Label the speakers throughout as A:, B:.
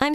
A: I'm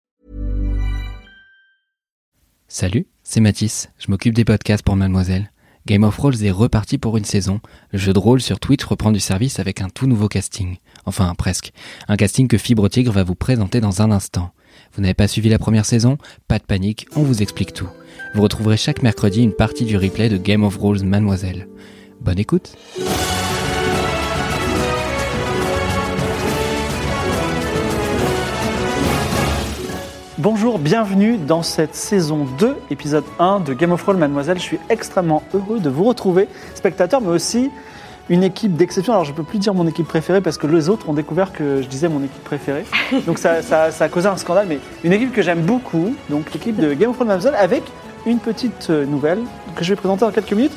B: Salut, c'est Mathis, je m'occupe des podcasts pour Mademoiselle. Game of Rolls est reparti pour une saison. Le jeu de rôle sur Twitch reprend du service avec un tout nouveau casting. Enfin, presque. Un casting que Fibre Tigre va vous présenter dans un instant. Vous n'avez pas suivi la première saison Pas de panique, on vous explique tout. Vous retrouverez chaque mercredi une partie du replay de Game of Rolls Mademoiselle. Bonne écoute
C: Bonjour, bienvenue dans cette saison 2, épisode 1 de Game of Roll Mademoiselle. Je suis extrêmement heureux de vous retrouver, spectateurs, mais aussi une équipe d'exception. Alors je ne peux plus dire mon équipe préférée parce que les autres ont découvert que je disais mon équipe préférée. Donc ça, ça- ça a causé un scandale, mais une équipe que j'aime beaucoup, donc l'équipe de Game of Roll Mademoiselle, avec une petite euh, nouvelle que je vais présenter dans quelques minutes.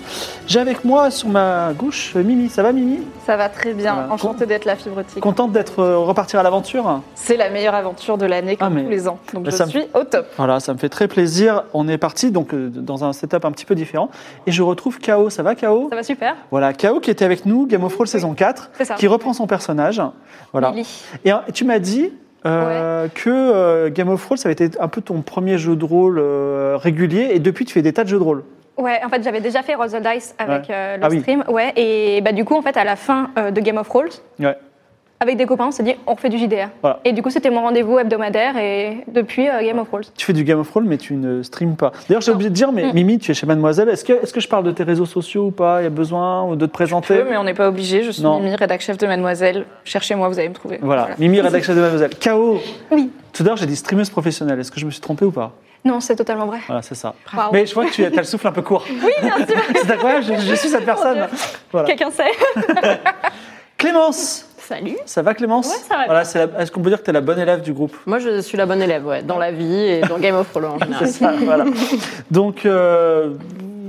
C: J'ai avec moi sur ma gauche euh, Mimi. Ça va Mimi
D: Ça va très bien,
C: Ça va.
D: enchantée d'être la fibre tigre.
C: Contente d'être euh, repartir à l'aventure
D: C'est la meilleure aventure de l'année comme
C: Ah, mais-
D: tous les ans. Donc
C: mais
D: je
C: ça me-
D: suis au top.
C: Voilà, ça me fait très plaisir. On est parti donc euh, dans un setup un petit peu différent. Et je retrouve K.O. Ça va K.O.
D: Ça va super,
C: Voilà, K.O. qui était avec nous, Game of Thrones saison 4,
D: c'est ça.
C: qui reprend son personnage. Voilà.
D: Lily.
C: Et euh, tu m'as dit euh, que euh, Game of Thrones, ça avait été un peu ton premier jeu de rôle euh, régulier, et depuis tu fais des tas de jeux de rôle.
E: Ouais, en fait, j'avais déjà fait Roll the Dice avec euh, le
C: Ah oui.
E: stream. Ouais, et bah, du coup, en fait, à la fin euh, de Game of Rolls,
C: Ouais.
E: avec des copains, on s'est dit, on refait du JDR.
C: Voilà.
E: Et du coup, c'était mon rendez-vous hebdomadaire et depuis euh, Game of Rolls.
C: Tu fais du Game of Thrones, mais tu ne streams pas. D'ailleurs, j'ai
E: Non.
C: oublié de dire, mais
E: Mm.
C: Mimi, tu es chez Mademoiselle. Est-ce que, est que je parle de tes réseaux sociaux ou pas Il y a besoin ou de te présenter
D: Peu, mais on n'est pas obligé. Je suis
C: Non.
D: Mimi, rédac chef de Mademoiselle. Cherchez-moi, vous allez me trouver.
C: Voilà, Mimi, rédactrice de Mademoiselle. K.O.
E: Oui.
C: Tout à l'heure, j'ai dit streameuse professionnelle. Est-ce que je me suis trompé ou pas
E: Non, c'est totalement vrai.
C: Voilà, c'est ça.
E: Waouh.
C: Mais je vois que tu as t'as le souffle un peu court. Oui, c'est incroyable, je, je suis cette personne. Voilà.
E: Quelqu'un sait
C: Clémence
F: Salut.
C: Ça va Clémence
F: Ouais, ça va
C: Voilà, c'est la- Est-ce qu'on peut dire que tu es la bonne élève du groupe
F: Moi, je suis la bonne élève, ouais, dans la vie et dans Game of Thrones en général.
C: Ça, voilà. Donc, euh,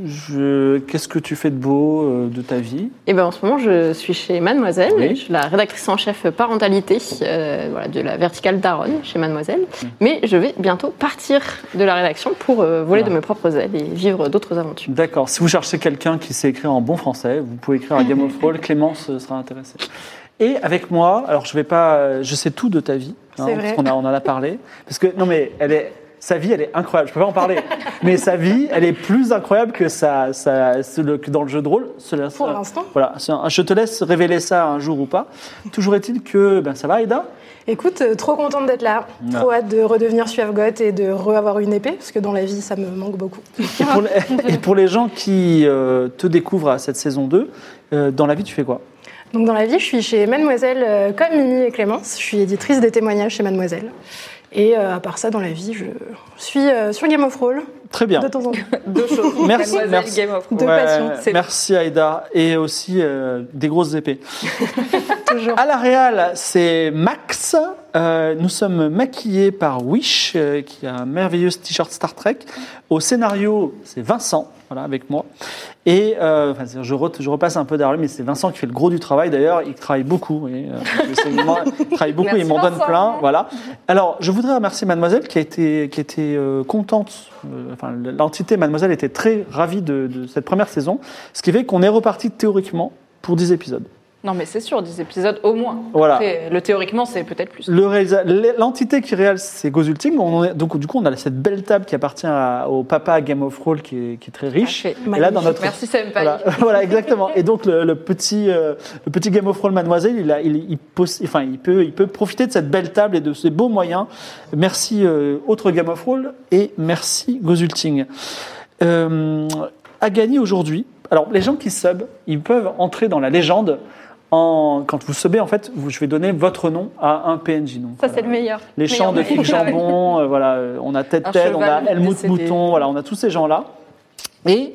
C: je- qu'est-ce que tu fais de beau euh, de ta vie
F: Et ben, en ce moment, je suis chez Mademoiselle.
C: Oui.
F: Je suis la rédactrice en chef parentalité euh, voilà, de la verticale Daronne chez Mademoiselle. Mais je vais bientôt partir de la rédaction pour euh, voler
C: Voilà.
F: de mes propres ailes et vivre d'autres aventures.
C: D'accord, si vous cherchez quelqu'un qui sait écrire en bon français, vous pouvez écrire à Game of Thrones, Clémence euh, sera intéressée. Et avec moi, alors je vais pas, euh, je sais tout de ta vie, hein,
D: C'est
C: parce
D: vrai.
C: qu'on a- on en a parlé, parce que non mais elle est, sa vie elle est incroyable, je peux pas en parler, mais sa vie elle est plus incroyable que ça, ça c'est le- que dans le jeu de rôle. Cela,
F: Pour l'instant.
C: Voilà, c'est un- je te laisse révéler ça un jour ou pas. Toujours est-il que ben ça va, Aïda
G: Écoute, euh, trop contente d'être là.
C: Ouais.
G: Trop hâte de redevenir Suavgoth et de re-avoir une épée, parce que dans la vie, ça me manque beaucoup.
C: et pour, les, et pour les gens qui euh, te découvrent à cette saison 2, euh, dans la vie tu fais quoi
G: Donc dans la vie, je suis chez Mademoiselle, euh, comme Mimi et Clémence. Je suis éditrice des témoignages chez Mademoiselle. Et euh, à part ça, dans la vie, je suis euh, sur Game of Roll
C: Très bien.
G: de temps en temps.
D: Deux choses.
C: Merci,
D: Mademoiselle
C: merci.
D: Game of Thrones.
G: De passion,
C: Ouais,
D: c'est-
C: Merci Aïda et aussi euh, des grosses épées.
G: Toujours.
C: À la Real, c'est Max. Euh, nous sommes maquillés par Wish, euh, qui a un merveilleux t-shirt Star Trek. Au scénario, c'est Vincent, voilà, avec moi. Et euh, enfin, c'est- je, re- je repasse un peu derrière lui, mais c'est Vincent qui fait le gros du travail. D'ailleurs, il travaille beaucoup. vous voyez, euh, le segment, il travaille beaucoup, il m'en donne plein. Voilà. Alors, je voudrais remercier Mademoiselle qui a été, qui a été, euh, contente. euh, enfin, l'entité Mademoiselle était très ravie de, de cette première saison, ce qui fait qu'on est reparti théoriquement pour 10 épisodes.
D: Non, mais c'est sûr, 10 épisodes au moins.
C: Voilà.
D: Après, le théoriquement, c'est peut-être plus.
C: Le réalisa- L'entité qui réalise, c'est Gozulting. On en est- donc, du coup, on a cette belle table qui appartient à- au papa Game of Thrones qui est, qui est très riche.
D: Parfait.
C: Et là, dans notre.
D: Merci, Senpai.
C: Voilà, voilà, exactement. Et donc, le, le petit, euh, le petit Game of Thrones mademoiselle, il, a, il, il poss- enfin, il, peut, il peut profiter de cette belle table et de ces beaux moyens. Merci, euh, autre Game of Thrones, et merci, Gozulting. Euh, à gagner aujourd'hui, alors les gens qui sub, ils peuvent entrer dans la légende. En, quand vous subez, en fait, vous- je vais donner votre nom à un PNJ. Donc,
E: Ça,
C: voilà.
E: c'est le meilleur.
C: Les
E: Meilleur
C: chants de
E: mec.
C: Philippe Jambon, euh, voilà, euh, on a Ted
D: Un
C: Ted, on a
D: cheval
C: Helmut
D: décédé.
C: Mouton, voilà, on a tous ces gens-là. Et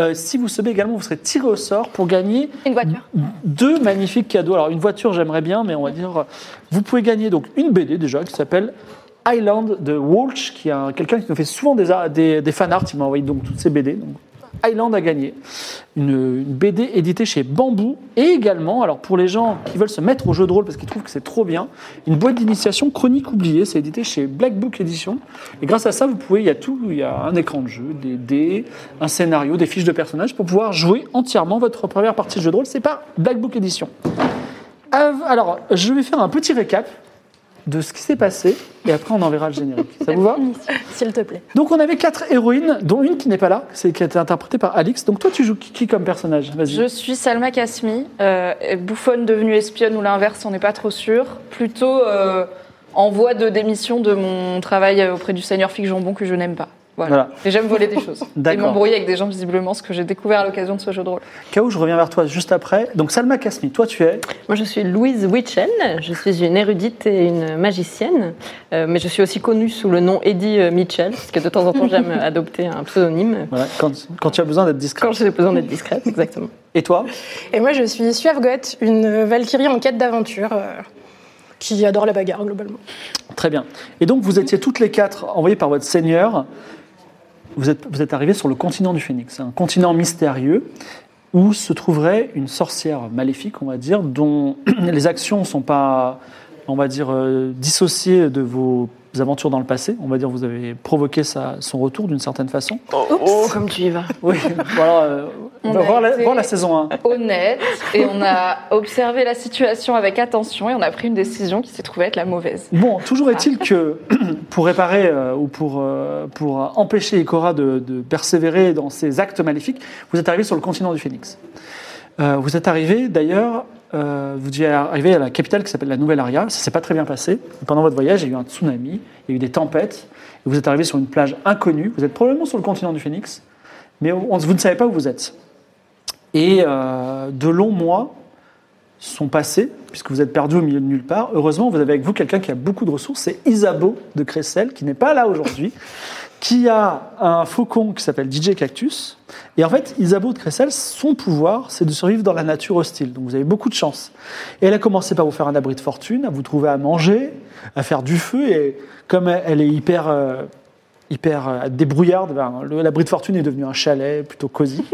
C: euh, si vous subez également, vous serez tiré au sort pour gagner
E: Une voiture.
C: deux magnifiques cadeaux. Alors une voiture, j'aimerais bien, mais on va dire, euh, vous pouvez gagner donc une BD déjà qui s'appelle Island de Walsh, qui est quelqu'un qui nous fait souvent des, a- des, des fanarts. Il m'a envoyé donc toutes ces BD. Donc, Island a gagné. Une, une BD éditée chez Bambou. Et également, alors pour les gens qui veulent se mettre au jeu de rôle parce qu'ils trouvent que c'est trop bien, une boîte d'initiation chronique oubliée. C'est édité chez Black Book Edition. Et grâce à ça, vous pouvez, il y a tout. Il y a un écran de jeu, des dés, un scénario, des fiches de personnages pour pouvoir jouer entièrement votre première partie de jeu de rôle. C'est par Black Book Edition. Euh, Alors, je vais faire un petit récap de ce qui s'est passé et après on enverra le générique. Ça vous va
G: S'il te plaît.
C: Donc on avait quatre héroïnes, dont une qui n'est pas là, c'est qui a été interprétée par Alix. Donc toi tu joues qui, qui comme personnage Vas-y.
D: Je suis Salma Kasmi, euh, bouffonne devenue espionne ou l'inverse, on n'est pas trop sûr. Plutôt euh, en voie de démission de mon travail euh, auprès du seigneur Fig Jambon que je n'aime pas. Voilà.
C: Voilà.
D: Et j'aime voler des choses. Et
C: D'accord.
D: m'embrouiller avec des gens, visiblement, ce que j'ai découvert à l'occasion de ce jeu de rôle.
C: K.O., je reviens vers toi juste après. Donc Salma Kasmi, toi tu es
F: Moi, je suis Louise Witchen, je suis une érudite et une magicienne, euh, mais je suis aussi connue sous le nom Eddie euh, Mitchell, parce que de temps en temps, j'aime adopter un pseudonyme
C: voilà, quand, quand tu as besoin d'être discret.
F: quand j'ai besoin d'être discrète, exactement.
C: Et toi
G: Et moi, je suis Suavgot, une Valkyrie en quête d'aventure euh, qui adore la bagarre globalement.
C: Très bien. Et donc vous étiez toutes les quatre envoyées par votre seigneur. Vous êtes, vous êtes arrivées sur le continent du Phénix, un continent mystérieux où se trouverait une sorcière maléfique, on va dire, dont les actions ne sont pas, on va dire, euh, dissociées de vos aventures dans le passé. On va dire vous avez provoqué sa- son retour d'une certaine façon.
F: Oh, comme tu y vas.
C: Oui, voilà. euh, on
D: On
C: va
D: a
C: voir la,
D: été-
C: voir la saison 1.
D: Honnête, et on a observé la situation avec attention et on a pris une décision qui s'est trouvée être la mauvaise.
C: Bon, toujours est-il que pour réparer euh, ou pour, euh, pour euh, empêcher Ikora de, de persévérer dans ses actes maléfiques, vous êtes arrivé sur le continent du Phénix. Euh, vous êtes arrivé d'ailleurs, euh, vous deviez arriver à la capitale qui s'appelle la Nouvelle Aria. Ça s'est pas très bien passé. Pendant votre voyage, il y a eu un tsunami, il y a eu des tempêtes. Et vous êtes arrivé sur une plage inconnue. Vous êtes probablement sur le continent du Phénix, mais on- vous ne savez pas où vous êtes. Et euh, de longs mois, sont passés, puisque vous êtes perdu au milieu de nulle part. Heureusement, vous avez avec vous quelqu'un qui a beaucoup de ressources, c'est Isabeau de Cressel, qui n'est pas là aujourd'hui, qui a un faucon qui s'appelle DJ Cactus. Et en fait, Isabeau de Cressel, son pouvoir, c'est de survivre dans la nature hostile. Donc vous avez beaucoup de chance. Et elle a commencé par vous faire un abri de fortune, à vous trouver à manger, à faire du feu, et comme elle est hyper... euh, hyper euh, débrouillarde, ben, le- l'abri de fortune est devenu un chalet plutôt cosy.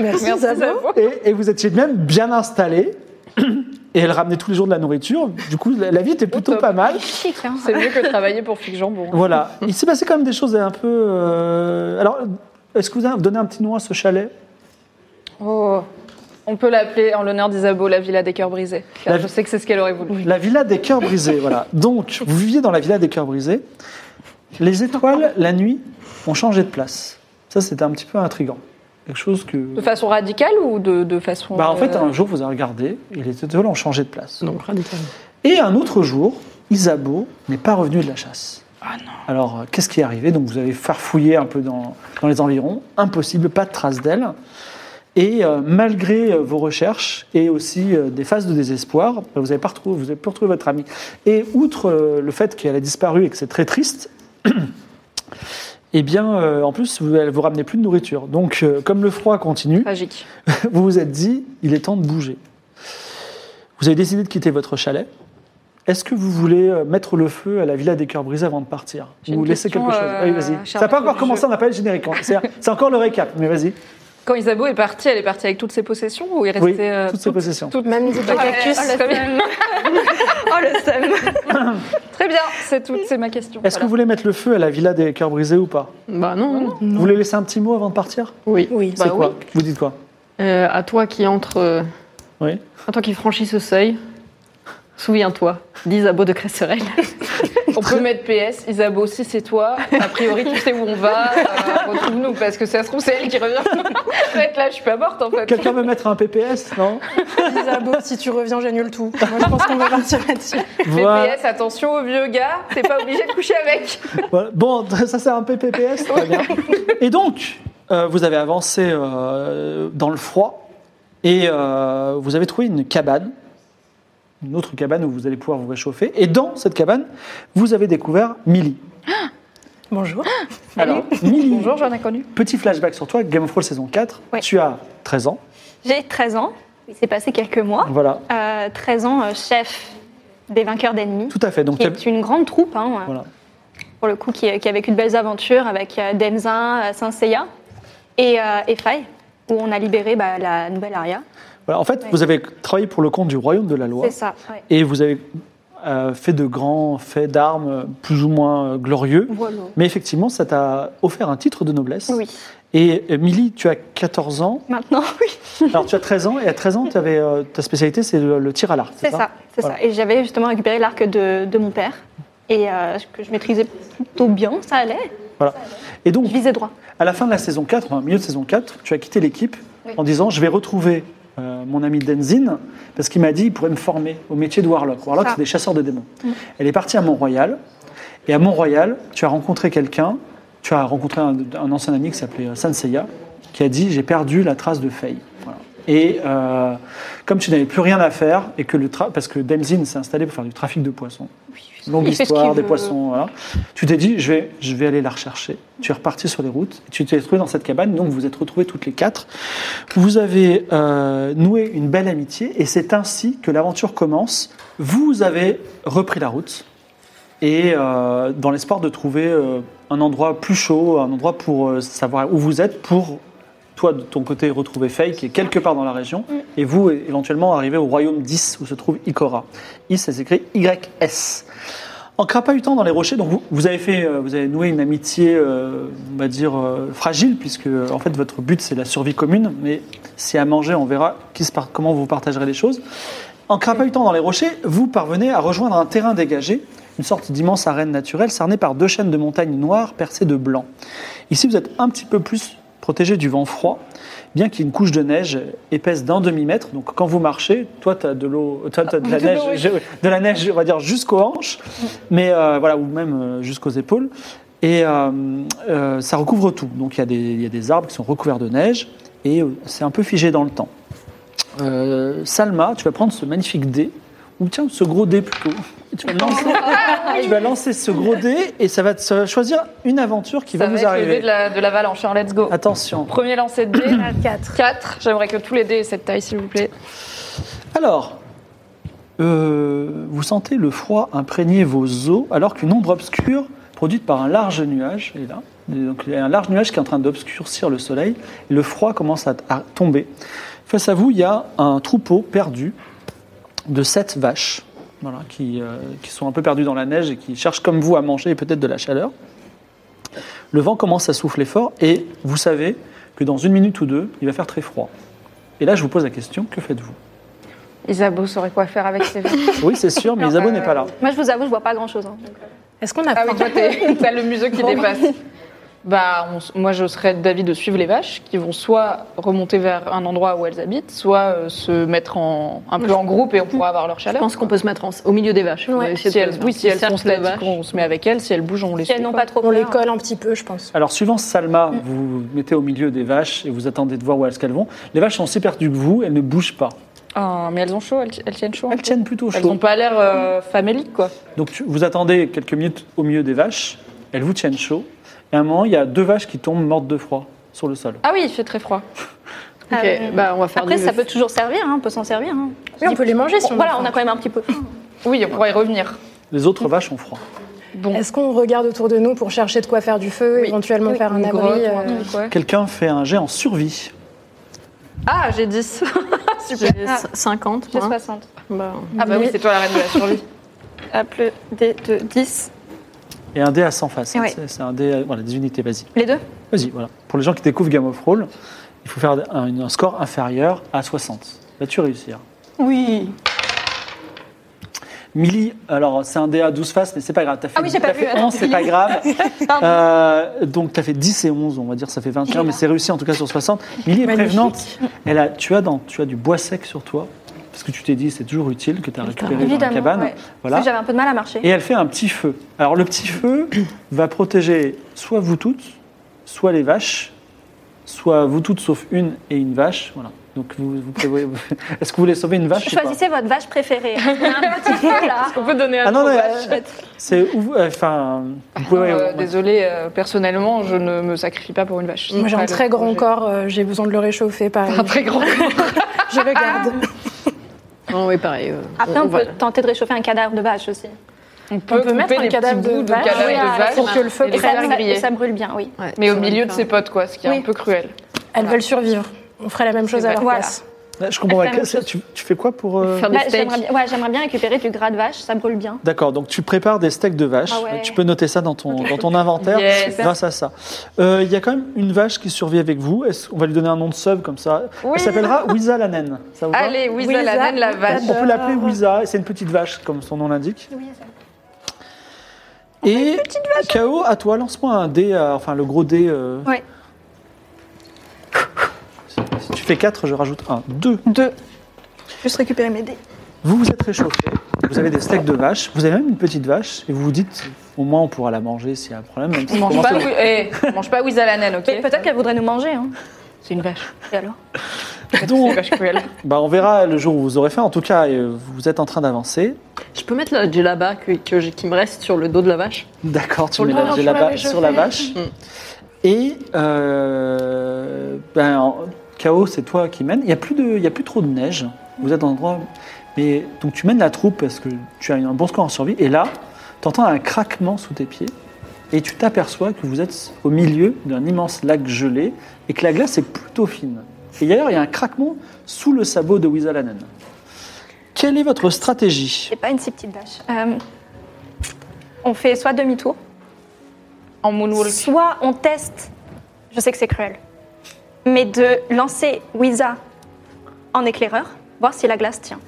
G: Merci, Zabo.
C: Et, et vous étiez même bien installé. Et elle ramenait tous les jours de la nourriture. Du coup, la, la vie était plutôt
D: top.
C: pas mal.
E: Chic, hein.
D: C'est mieux que de travailler pour Fig Jambon.
C: Voilà. Il s'est passé quand même des choses un peu. euh, Alors, est-ce que vous avez donné un petit nom à ce chalet
D: Oh. On peut l'appeler en l'honneur d'Isabeau la villa des cœurs brisés. car
C: La-
D: Je sais que c'est ce qu'elle aurait voulu.
C: La villa des cœurs brisés, voilà. Donc, vous viviez dans la villa des cœurs brisés. Les étoiles, la nuit, ont changé de place. Ça, c'était un petit peu intrigant. Quelque chose que.
D: De façon radicale ou de, de façon.
C: Bah, en fait,
D: euh,
C: un jour, vous avez regardé et les étoiles ont changé de place.
F: Donc, radicalement.
C: Et un autre jour, Isabeau n'est pas revenu de la chasse. Alors, euh, qu'est-ce qui est arrivé Donc, vous avez farfouillé un peu dans, dans les environs. Impossible, pas de trace d'elle. Et euh, malgré euh, vos recherches et aussi euh, des phases de désespoir, euh, vous n'avez pas retrouvé, vous avez pas retrouvé votre amie. Et outre euh, le fait qu'elle a disparu et que c'est très triste, eh bien, euh, en plus, vous, elle vous ramenez plus de nourriture. Donc, euh, comme le froid continue,
D: Tragique.
C: vous vous êtes dit, il est temps de bouger. Vous avez décidé de quitter votre chalet. Est-ce que vous voulez euh, mettre le feu à la villa des cœurs brisés avant de partir
D: J'ai
C: Ou
D: une
C: laisser
D: question,
C: quelque chose
D: euh,
C: Oui, vas-y.
D: Charlotte,
C: Ça n'a pas encore
D: du
C: commencé,
D: jeu.
C: on n'a pas le générique. hein. C'est c'est encore le récap, mais vas-y.
D: Quand Isabeau est partie, elle est partie avec toutes ses possessions ou il restait.
C: Oui,
D: euh,
C: toutes ces possessions.
D: toutes-
G: Même DJ
D: Ouais,
E: Ah,
G: Cactus.
D: oh, très, bien.
E: Oh, le seum.
D: Très bien, c'est tout, c'est ma question.
C: Est-ce que vous voulez mettre le feu à la villa des cœurs brisés ou pas
F: Bah non, non.
C: Vous voulez laisser un petit mot avant de partir
F: Oui.
G: Oui.
D: Bah
C: C'est quoi Vous dites quoi
F: Euh, à toi qui entre, euh,
C: Oui.
F: à toi qui franchis ce seuil, souviens-toi d'Isabeau de Cresserelle.
D: On peut mettre PS, Isabeau, si c'est toi, a priori tu sais où on va, euh, retrouve-nous, parce que ça se trouve c'est elle qui revient. Peut-être là, je suis pas morte en fait.
C: Quelqu'un veut mettre un PPS Non
G: Zabo, si tu reviens, j'annule tout. Moi, je pense qu'on va partir là-dessus.
D: Mais
C: Voilà.
D: PS, attention au vieux gars, t'es pas obligé de coucher avec.
C: Voilà. Bon, ça c'est un PPPS, très bien. Et donc, euh, vous avez avancé euh, dans le froid et euh, vous avez trouvé une cabane, une autre cabane où vous allez pouvoir vous réchauffer. Et dans cette cabane, vous avez découvert Millie.
G: Bonjour.
C: Alors, Millie,
D: Bonjour, j'en ai connu.
C: petit flashback sur toi, Game of Thrones saison 4,
E: Ouais.
C: tu as 13 ans,
E: J'ai 13 ans. Il s'est passé quelques mois.
C: voilà.
E: Euh, 13 ans, euh, chef des vainqueurs d'ennemis.
C: Tout à fait. Donc,
E: Qui
C: t'as-
E: est une grande troupe, hein,
C: voilà.
E: pour le coup, qui, qui a vécu de belles aventures avec euh, Denzin, euh, Saint Seiya et, euh, et Faye, où on a libéré bah, la nouvelle Aria.
C: Voilà, En fait,
E: Ouais.
C: vous avez travaillé pour le compte du royaume de la loi.
E: C'est ça. ouais.
C: Et vous avez euh, fait de grands faits d'armes euh, plus ou moins euh, glorieux.
E: Voilà.
C: Mais effectivement, ça t'a offert un titre de noblesse.
E: Oui.
C: Et euh, Milly, tu as 14 ans.
E: Maintenant, oui.
C: Alors, tu as 13 ans. Et à 13 ans, avais, euh, ta spécialité, c'est le, le tir à l'arc.
E: C'est ça, c'est
C: Voilà.
E: ça. Et j'avais justement récupéré l'arc de, de mon père. Et euh, que je maîtrisais plutôt bien, ça allait.
C: Voilà. Et donc,
E: Je visais droit.
C: à la fin de la saison 4, enfin, au milieu de saison 4, tu as quitté l'équipe en disant Je vais retrouver euh, mon ami Denzin, parce qu'il m'a dit il pourrait me former au métier de Warlock. Warlock,
E: ça. Mm.
C: c'est des chasseurs de démons. Elle est partie à Mont-Royal, et à Mont-Royal, tu as rencontré quelqu'un, tu as rencontré un, un ancien ami qui s'appelait euh, Sanseiya, qui a dit J'ai perdu la trace de Faye. Voilà. Et euh, comme tu n'avais plus rien à faire, et que le tra- parce que Denzin s'est installé pour faire du trafic de poissons, longue
E: Il fait ce
C: histoire
E: qu'il
C: des
E: veut.
C: poissons. Voilà. Tu t'es dit, je vais, je vais aller la rechercher. Tu es reparti sur les routes. Et tu t'es retrouvé dans cette cabane. Donc, vous êtes retrouvés toutes les quatre. Vous avez euh, noué une belle amitié. Et c'est ainsi que l'aventure commence. Vous avez repris la route. Et euh, dans l'espoir de trouver euh, un endroit plus chaud, un endroit pour euh, savoir où vous êtes, pour toi de ton côté retrouver Faye qui est quelque part dans la région, et vous é- éventuellement arriver au royaume 10 où se trouve Ikora. Is, ça s'écrit YS. En crapahutant dans les rochers, donc vous, vous avez fait, euh, vous avez noué une amitié, euh, on va dire euh, fragile, puisque euh, en fait votre but c'est la survie commune. Mais si à manger, on verra qui se par- comment vous partagerez les choses. En crapahutant dans les rochers, vous parvenez à rejoindre un terrain dégagé, une sorte d'immense arène naturelle cernée par deux chaînes de montagnes noires percées de blanc. Ici, vous êtes un petit peu plus protégé du vent froid, bien qu'il y ait une couche de neige épaisse d'un demi-mètre. Donc quand vous marchez, toi, tu as de l'eau, toi, t'as de la
D: de
C: neige,
D: l'eau, oui.
C: je- de la neige, on va dire jusqu'aux hanches, mais euh, voilà, ou même euh, jusqu'aux épaules. Et euh, euh, ça recouvre tout. Donc il y, a des- il y a des arbres qui sont recouverts de neige et euh, c'est un peu figé dans le temps. Euh, Salma, tu vas prendre ce magnifique dé, ou tiens, ce gros dé plutôt. Et Tu vas, lancer, tu vas lancer ce gros dé et ça va, te- ça va choisir une aventure qui va
D: Ça va
C: vous
D: être le dé
C: arriver.
D: de la- de l'avalanche. hein, let's go.
C: Attention.
D: Premier lancer de dés.
G: 4.
D: 4. J'aimerais que tous les dés aient cette taille, s'il vous plaît.
C: Alors, euh, vous sentez le froid imprégner vos os alors qu'une ombre obscure produite par un large nuage est là. Et Donc, il y a un large nuage qui est en train d'obscurcir le soleil. Et le froid commence à, à tomber. Face à vous, il y a un troupeau perdu de sept vaches voilà, qui, euh, qui sont un peu perdues dans la neige et qui cherchent comme vous à manger et peut-être de la chaleur. Le vent commence à souffler fort et vous savez que dans une minute ou deux, il va faire très froid. Et là, je vous pose la question, que faites-vous
D: Isabeau saurait quoi faire avec ses
C: oui, c'est sûr, mais Isabeau n'est pas là.
E: Moi, je vous avoue, je vois pas grand-chose. hein.
G: Est-ce qu'on a
D: Ah
G: faim
D: oui, toi, t'es- t'as le museau qui dépasse. Bah, on s- moi, je serais d'avis de suivre les vaches qui vont soit remonter vers un endroit où elles habitent, soit euh, se mettre en, un peu en groupe et on pourra avoir leur
F: Je
D: chaleur. Euh,
F: pense qu'on peut se mettre en- au milieu des vaches. On va essayer
D: Si
F: de-
D: elles, oui, si
F: un
D: elles
F: petit
D: sont
F: cercle de
D: statiques,
F: vaches.
D: on se met avec elles. Si elles bougent, on les
E: Si
D: suit.
E: elles n'ont
D: quoi.
E: pas trop
G: On les
E: peur.
G: colle un petit peu, je pense.
C: Alors, suivant Salma, vous vous mettez au milieu des vaches et vous attendez de voir où elles qu'elles vont. Les vaches sont aussi perdues que vous, elles ne bougent pas.
D: Ah, mais elles ont chaud, elles, elles tiennent chaud. un
C: Elles
D: peu.
C: tiennent plutôt
D: Elles n'ont
C: chaud.
D: pas l'air euh, faméliques, quoi.
C: Donc, tu- vous attendez quelques minutes au milieu des vaches, elles vous tiennent chaud. Et à un moment, il y a deux vaches qui tombent mortes de froid sur le sol.
D: Ah oui, il fait très froid.
F: Ok,
E: Euh,
F: bah, on va faire
E: Après,
F: du-
E: ça peut toujours servir, hein, on peut s'en servir. hein.
G: Oui, on peut les manger si
E: Bon,
G: on
E: voilà,
G: a
E: on a
G: faim.
E: quand même un petit peu.
D: Oui, on pourra y revenir.
C: Les autres vaches ont froid.
D: Bon,
G: Est-ce qu'on regarde autour de nous pour chercher de quoi faire du feu,
D: Oui.
G: éventuellement faire un
D: Une grotte
G: abri
D: ou
G: euh,
D: un truc, ouais.
C: Quelqu'un fait un jet en survie.
D: Ah, j'ai 10. Super.
F: J'ai 50,
E: J'ai
F: moi.
G: Hein,
E: 60.
F: Bah,
D: Ah bah oui, c'est toi la reine de la survie.
E: À plus des- de 10.
C: Et un dé à 100 faces. hein,
E: Ouais.
C: C'est c'est un dé, à- voilà, des unités, vas-y.
E: Les deux
C: Vas-y, voilà. Pour les gens qui découvrent Game of Roll, il faut faire un, un score inférieur à 60. Vas-tu réussir
E: Oui.
C: Milly, alors c'est un dé à 12 faces, mais c'est pas grave. T'as fait,
E: Ah oui, j'ai pas
C: t'as
E: vu,
C: fait
E: attends.
C: 11, c'est pas grave. Euh, donc t'as fait 10 et 11, on va dire, ça fait 21, mais c'est réussi en tout cas sur 60. Milly est
G: Magnifique.
C: prévenante. Elle a, tu, as dans, tu as du bois sec sur toi, parce que tu t'es dit c'est toujours utile que tu as récupéré dans la
E: Évidemment.
C: cabane.
E: ouais.
C: Voilà.
E: Parce que J'avais un peu de mal à marcher.
C: Et elle fait un petit feu. Alors le petit feu va protéger soit vous toutes, soit les vaches, soit vous toutes sauf une et une vache. Voilà. Donc vous, vous prévoyez. Est-ce que vous voulez sauver une vache ou Ah, pas
E: Choisissez votre vache préférée. Il y a un petit feu là.
D: On peut donner un
C: Ah non,
D: nom aux
C: mais,
D: vaches.
C: euh, c'est où euh, Enfin, vous pouvez-
D: Euh,
C: ouais, ouais.
D: Désolée, euh, personnellement, je ne me sacrifie pas pour une vache.
G: Moi, j'ai
D: Pas
G: un
D: le
G: très grand
D: projet.
G: corps, euh, j'ai besoin de le réchauffer, pareil.
D: Un très grand corps.
G: Je le garde.
F: Non, oui, pareil. euh,
E: Après, on, peut
F: va-
E: tenter de réchauffer un cadavre de vache aussi.
D: On peut,
G: peut mettre
D: couper
G: un
D: des
G: cadavre
D: petits
G: de
D: bouts de
G: vache,
D: cadavre
G: oui,
D: de vache,
G: pour que le feu
D: et les
G: prenne,
D: faire
E: ça,
D: griller.
E: et ça brûle bien, oui.
F: Ouais,
D: Mais au
F: ça va
D: milieu
F: le
D: de
F: faire.
D: ses potes, quoi, ce qui est
E: Oui.
D: un peu cruel.
G: Elles veulent survivre. On ferait la même chose à leur
E: Voilà.
G: place.
C: Je comprends
E: Elle fait la
C: pas.
E: même chose.
C: Tu, tu fais quoi pour. euh,
F: Faire des
E: Bah,
F: steaks.
E: J'aimerais bien, ouais, j'aimerais bien récupérer du gras de vache, ça brûle bien.
C: D'accord, donc tu prépares des steaks de vache.
E: Ah ouais.
C: Tu peux noter ça dans ton, dans ton inventaire
D: Yes.
C: grâce à ça. Euh, Il y a quand même une vache qui survit avec vous. Est-ce- on va lui donner un nom de sub comme ça. Elle s'appellera Wiza la naine. Ça vous va
D: Allez, Wiza, la
G: Wiza,
D: naine, la vache.
C: On peut l'appeler Wiza. C'est une petite vache, comme son nom l'indique. Et KO, à toi, lance-moi un dé, euh, enfin le gros dé. euh,
E: Ouais.
C: Si tu fais 4, je rajoute 1. 2.
E: Deux.
G: Juste récupérer mes dés.
C: Vous vous êtes réchauffé, vous avez des steaks de vache, vous avez même une petite vache, et vous vous dites, au moins on pourra la manger s'il y a un problème. Même si
D: On
C: vous
D: mange
C: commencez-
D: pas, oui, eh, on mange pas Wiza la naine, ok
E: Mais peut-être qu'elle voudrait nous manger. Hein.
D: C'est une vache.
E: Et alors
D: C'est une vache cruelle.
C: Bah, on verra le jour où vous aurez fait. En tout cas, euh, vous êtes en train d'avancer.
F: Je peux mettre la djellaba que, que j'ai- qui me reste sur le dos de la vache
C: D'accord, tu
F: Pour
C: mets
F: le
C: la
F: moment,
C: j'ai
F: tu
C: la
F: l'avais
C: va- sur la vache.
F: Mm.
C: Et euh, ben, en- Chaos, c'est toi qui mène. Il n'y a, plus de- il y a plus trop de neige. Vous êtes en endroit. Mais, donc tu mènes la troupe parce que tu as un bon score en survie. Et là, tu entends un craquement sous tes pieds. Et tu t'aperçois que vous êtes au milieu d'un immense lac gelé et que la glace est plutôt fine. Et d'ailleurs, il y a un craquement sous le sabot de Wizalanen. Quelle est votre stratégie
E: C'est pas une si petite vache. Euh, on fait soit demi-tour,
D: En moonwalk.
E: soit on teste. Je sais que c'est cruel. Mais de lancer Wiza en éclaireur, voir si la glace tient.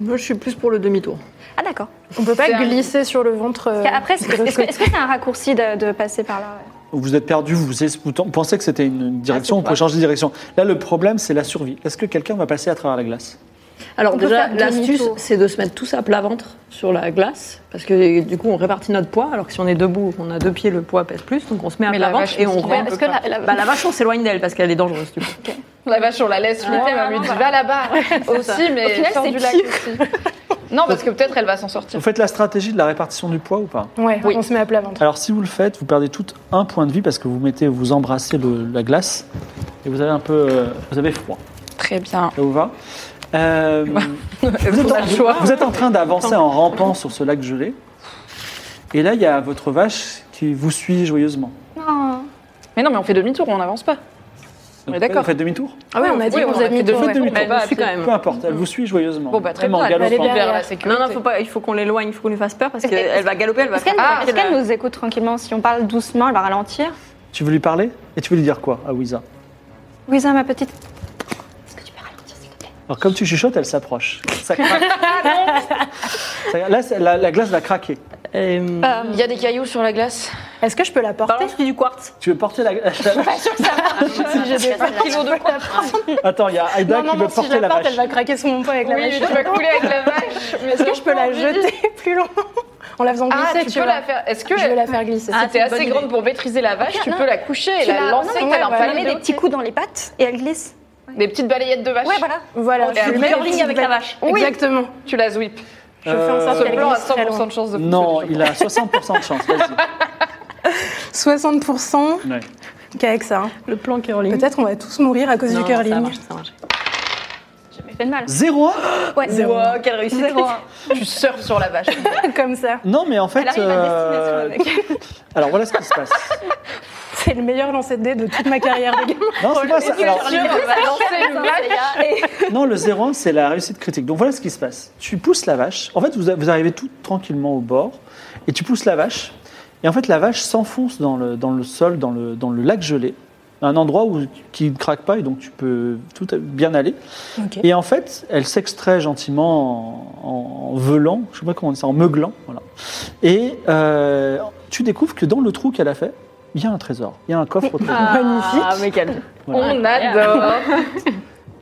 F: Moi, je suis plus pour le demi-tour.
E: Ah d'accord.
G: On peut pas
D: C'est un-
G: glisser sur le ventre. euh,
E: Après, est-ce que
G: de
E: est-ce que-
G: côté.
E: est-ce que c'est un raccourci de, de passer par là
C: Vous êtes perdu, vous, vous pensez que c'était une direction,
D: Ah,
C: on peut changer de direction. Là, le problème, c'est la survie. Est-ce que quelqu'un va passer à travers la glace
F: Alors
E: On peut
F: déjà,
E: faire demi-tour.
F: l'astuce, c'est de se mettre tous à plat ventre sur la glace, parce que du coup, on répartit notre poids, alors que si on est debout, on a deux pieds, le poids pèse plus, donc on se met à
D: Mais
F: plat
D: la
F: ventre
D: vache,
F: et
D: on
F: on
D: se
F: rompt.
D: trompe.
E: Est-ce que la, la-
F: Bah, la vache, on s'éloigne d'elle parce qu'elle est dangereuse. Du coup.
D: La vache, on la laisse littéralement. On lui dit, va là-bas aussi, mais
E: Au final,
D: sors
E: c'est
D: du lac aussi. Non, parce que peut-être elle va s'en sortir.
C: Vous faites la stratégie de la répartition du poids ou pas
G: euh, Ouais,
D: Oui.
G: on se met à plat ventre.
C: Alors, si vous le faites, vous perdez tout un point de vie parce que vous mettez, vous embrassez le- la glace et vous avez un peu, euh, vous avez froid.
D: Très bien.
C: Ça vous va Euh, vous, êtes
D: On
C: en,
D: a le choix.
C: vous êtes en train d'avancer en rampant sur ce lac gelé. Et là, il y a votre vache qui vous suit joyeusement.
E: Non.
D: Mais non, mais on fait demi-tour, on n'avance pas. On est d'accord.
C: Vous faites demi-tour
G: Ah ouais, on a dit
D: Oui,
G: qu'on
D: on
G: faisait
D: a fait
G: demi-tour.
D: deux
G: ouais.
D: fois
F: Mais elle
D: va
F: nous suit
D: appeler.
F: quand même.
C: Peu importe, elle vous suit joyeusement.
D: Bon, bah très
C: Même en
D: bien. Elle va
G: galopant.
D: aller vers la
G: derrière.
D: sécurité.
F: Non, non, faut pas, il faut qu'on l'éloigne, il faut qu'on lui fasse peur, parce qu'elle va galoper, elle va
E: Est-ce qu'elle
D: Ah,
E: est-ce qu'elle nous écoute tranquillement Si on parle doucement, elle va ralentir.
C: Tu veux lui parler Et tu veux lui dire quoi à Wiza
E: Wiza, ma petite. Est-ce que tu peux ralentir, s'il te plaît
C: Alors, comme tu chuchotes, elle s'approche. Ça craque. Ça- Là, c'est- la, la glace va craquer.
F: Euh,
D: Il y a des cailloux sur la glace.
G: Est-ce que je peux la porter
F: Balance-lui du quartz.
C: Tu veux porter la, la- Attends, il y a Aïda
G: Non, non,
C: qui veut
G: non, si
C: porter
G: je la
C: la
G: porte, elle
C: vache.
G: va craquer sous mon poids avec la
D: Oui,
G: vache.
D: tu vas couler avec la vache. Mais
G: Est-ce que je peux la jeter plus loin En la faisant glisser,
D: Ah, tu
G: tu
D: peux
G: vois.
D: la faire. Est-ce que
G: Je vais la faire glisser.
D: si t'es
F: c'est une bonne
D: assez
F: idée.
D: grande pour maîtriser la vache, tu
E: non.
D: peux la coucher et
E: Tu
D: la
E: la-
D: lancer
E: non,
D: que
E: non,
D: t'as un
E: ouais, voilà.
D: palais
E: met
D: de
E: des petits coups dans les pattes et elle glisse.
D: Des petites balayettes de vache.
E: Ouais,
G: bah,
E: voilà.
G: Voilà,
D: est
G: je lui
D: en
G: mets
D: curling
G: petite
F: avec la
G: balle.
F: vache.
D: Oui.
G: Exactement.
D: Tu la sweep.
G: Je fais en
C: Euh,
G: sorte
D: Ce
G: qu'elle
D: plan a
G: glisse très
D: 100%
G: loin.
D: de chance de fonctionner.
C: Non, il a 60% de chance. Vas-y.
G: 60%
C: Ouais.
G: qu'avec ça. hein.
F: Le plan curling.
G: Peut-être on va tous mourir à cause
F: Non,
G: du curling.
F: Ça marche, ça marche.
E: J'ai jamais fait de mal.
C: 0
E: Ouais.
D: Oh,
F: Wow, quelle réussite.
D: Tu surfes sur la vache.
G: Comme ça.
C: Non, mais en fait.
E: Elle arrive à
C: euh,
E: destination avec.
C: Alors, voilà ce qui se passe.
G: C'est le meilleur lancer de dés de toute ma carrière. les gars.
C: Non, c'est pas ça. Alors,
D: Tu vas lancer une vache.
C: non, le 0 c'est la réussite critique. Donc, voilà ce qui se passe. Tu pousses la vache. En fait, vous, vous arrivez tout tranquillement au bord. Et tu pousses la vache. Et en fait, la vache s'enfonce dans le, dans le sol, dans le, dans le lac gelé. Un endroit où, qui ne craque pas et donc tu peux tout à- bien aller.
G: Ok.
C: Et en fait, elle s'extrait gentiment en, en velant, je sais pas comment on dit ça, en meuglant. Voilà. Et euh, tu découvres que dans le trou qu'elle a fait, il y a un trésor, il y a un coffre au trésor.
F: Ah, mais quelle.
C: Voilà.
D: On adore.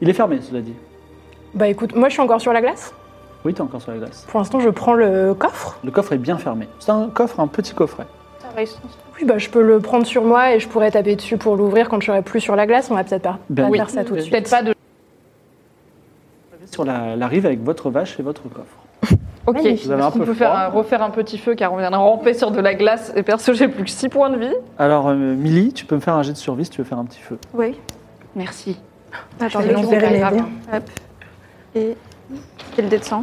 C: Il est fermé, cela dit.
G: Bah écoute, moi je suis encore sur la glace.
C: Oui, t'es encore sur la glace.
G: Pour l'instant, je prends le coffre.
C: Le coffre est bien fermé. C'est un coffre, un petit coffret.
G: Oui, bah je peux le prendre sur moi et je pourrais taper dessus pour l'ouvrir quand je serai plus sur la glace. On va peut-être pas,
C: Ben
G: pas
C: oui.
G: faire ça tout
F: Euh,
G: de suite.
D: Peut-être pas de.
C: Sur la, la rive avec votre vache et votre coffre.
D: Ok,
C: Vous avez un
D: on
C: peu
D: peut faire
C: froid.
D: un- refaire un petit feu car on vient de ramper sur de la glace et perso j'ai plus que 6 points de vie.
C: Alors, euh, Milly, tu peux me faire un jet de survie si tu veux faire un petit feu.
E: Oui.
D: Merci.
G: Attendez,
D: C'est
G: je verrai
D: pas
G: les
D: grave.
G: dés.
E: Et C'est le dé de 100.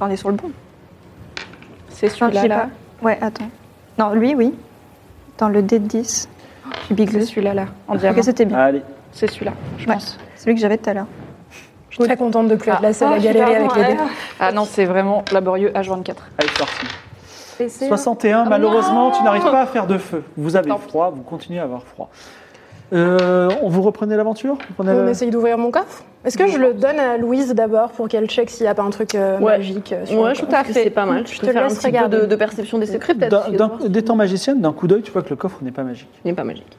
E: On est sur le bon.
D: C'est celui-là. là.
E: Ouais, attends. Non, lui, oui. Dans le dé de 10. J'ai biglé.
D: C'est celui-là, là, en diamant.
E: Ok, c'était bien.
C: Allez.
D: C'est celui-là, je
E: Ouais.
D: pense.
E: Celui que j'avais tout à l'heure.
G: Je suis très contente de plus être la seule
E: Ah,
G: à galérer avec
E: pardon,
G: les dés.
D: Ah non, c'est vraiment laborieux H24.
C: Allez, c'est parti. 61, malheureusement, tu n'arrives pas à faire de feu. Vous avez froid, vous continuez à avoir froid. Euh, on vous reprenez l'aventure Vous prenez
F: euh,
G: On
C: le-
G: essaye d'ouvrir mon coffre. Est-ce que je le donne à Louise d'abord pour qu'elle check s'il n'y a pas un truc euh,
F: Ouais.
G: magique euh, sur
F: Ouais,
G: le
F: je
G: coffre
F: trouve que c'est pas mal.
G: Je
F: peux
G: te
F: faire un
G: laisse
F: petit peu
G: regarder.
F: de, de perception des secrets, peut-être.
C: D'un-
F: essayer de
C: d'un-
F: voir.
C: D'étant magicienne, d'un coup d'œil, tu vois que le coffre n'est pas magique.
F: Il n'est pas magique.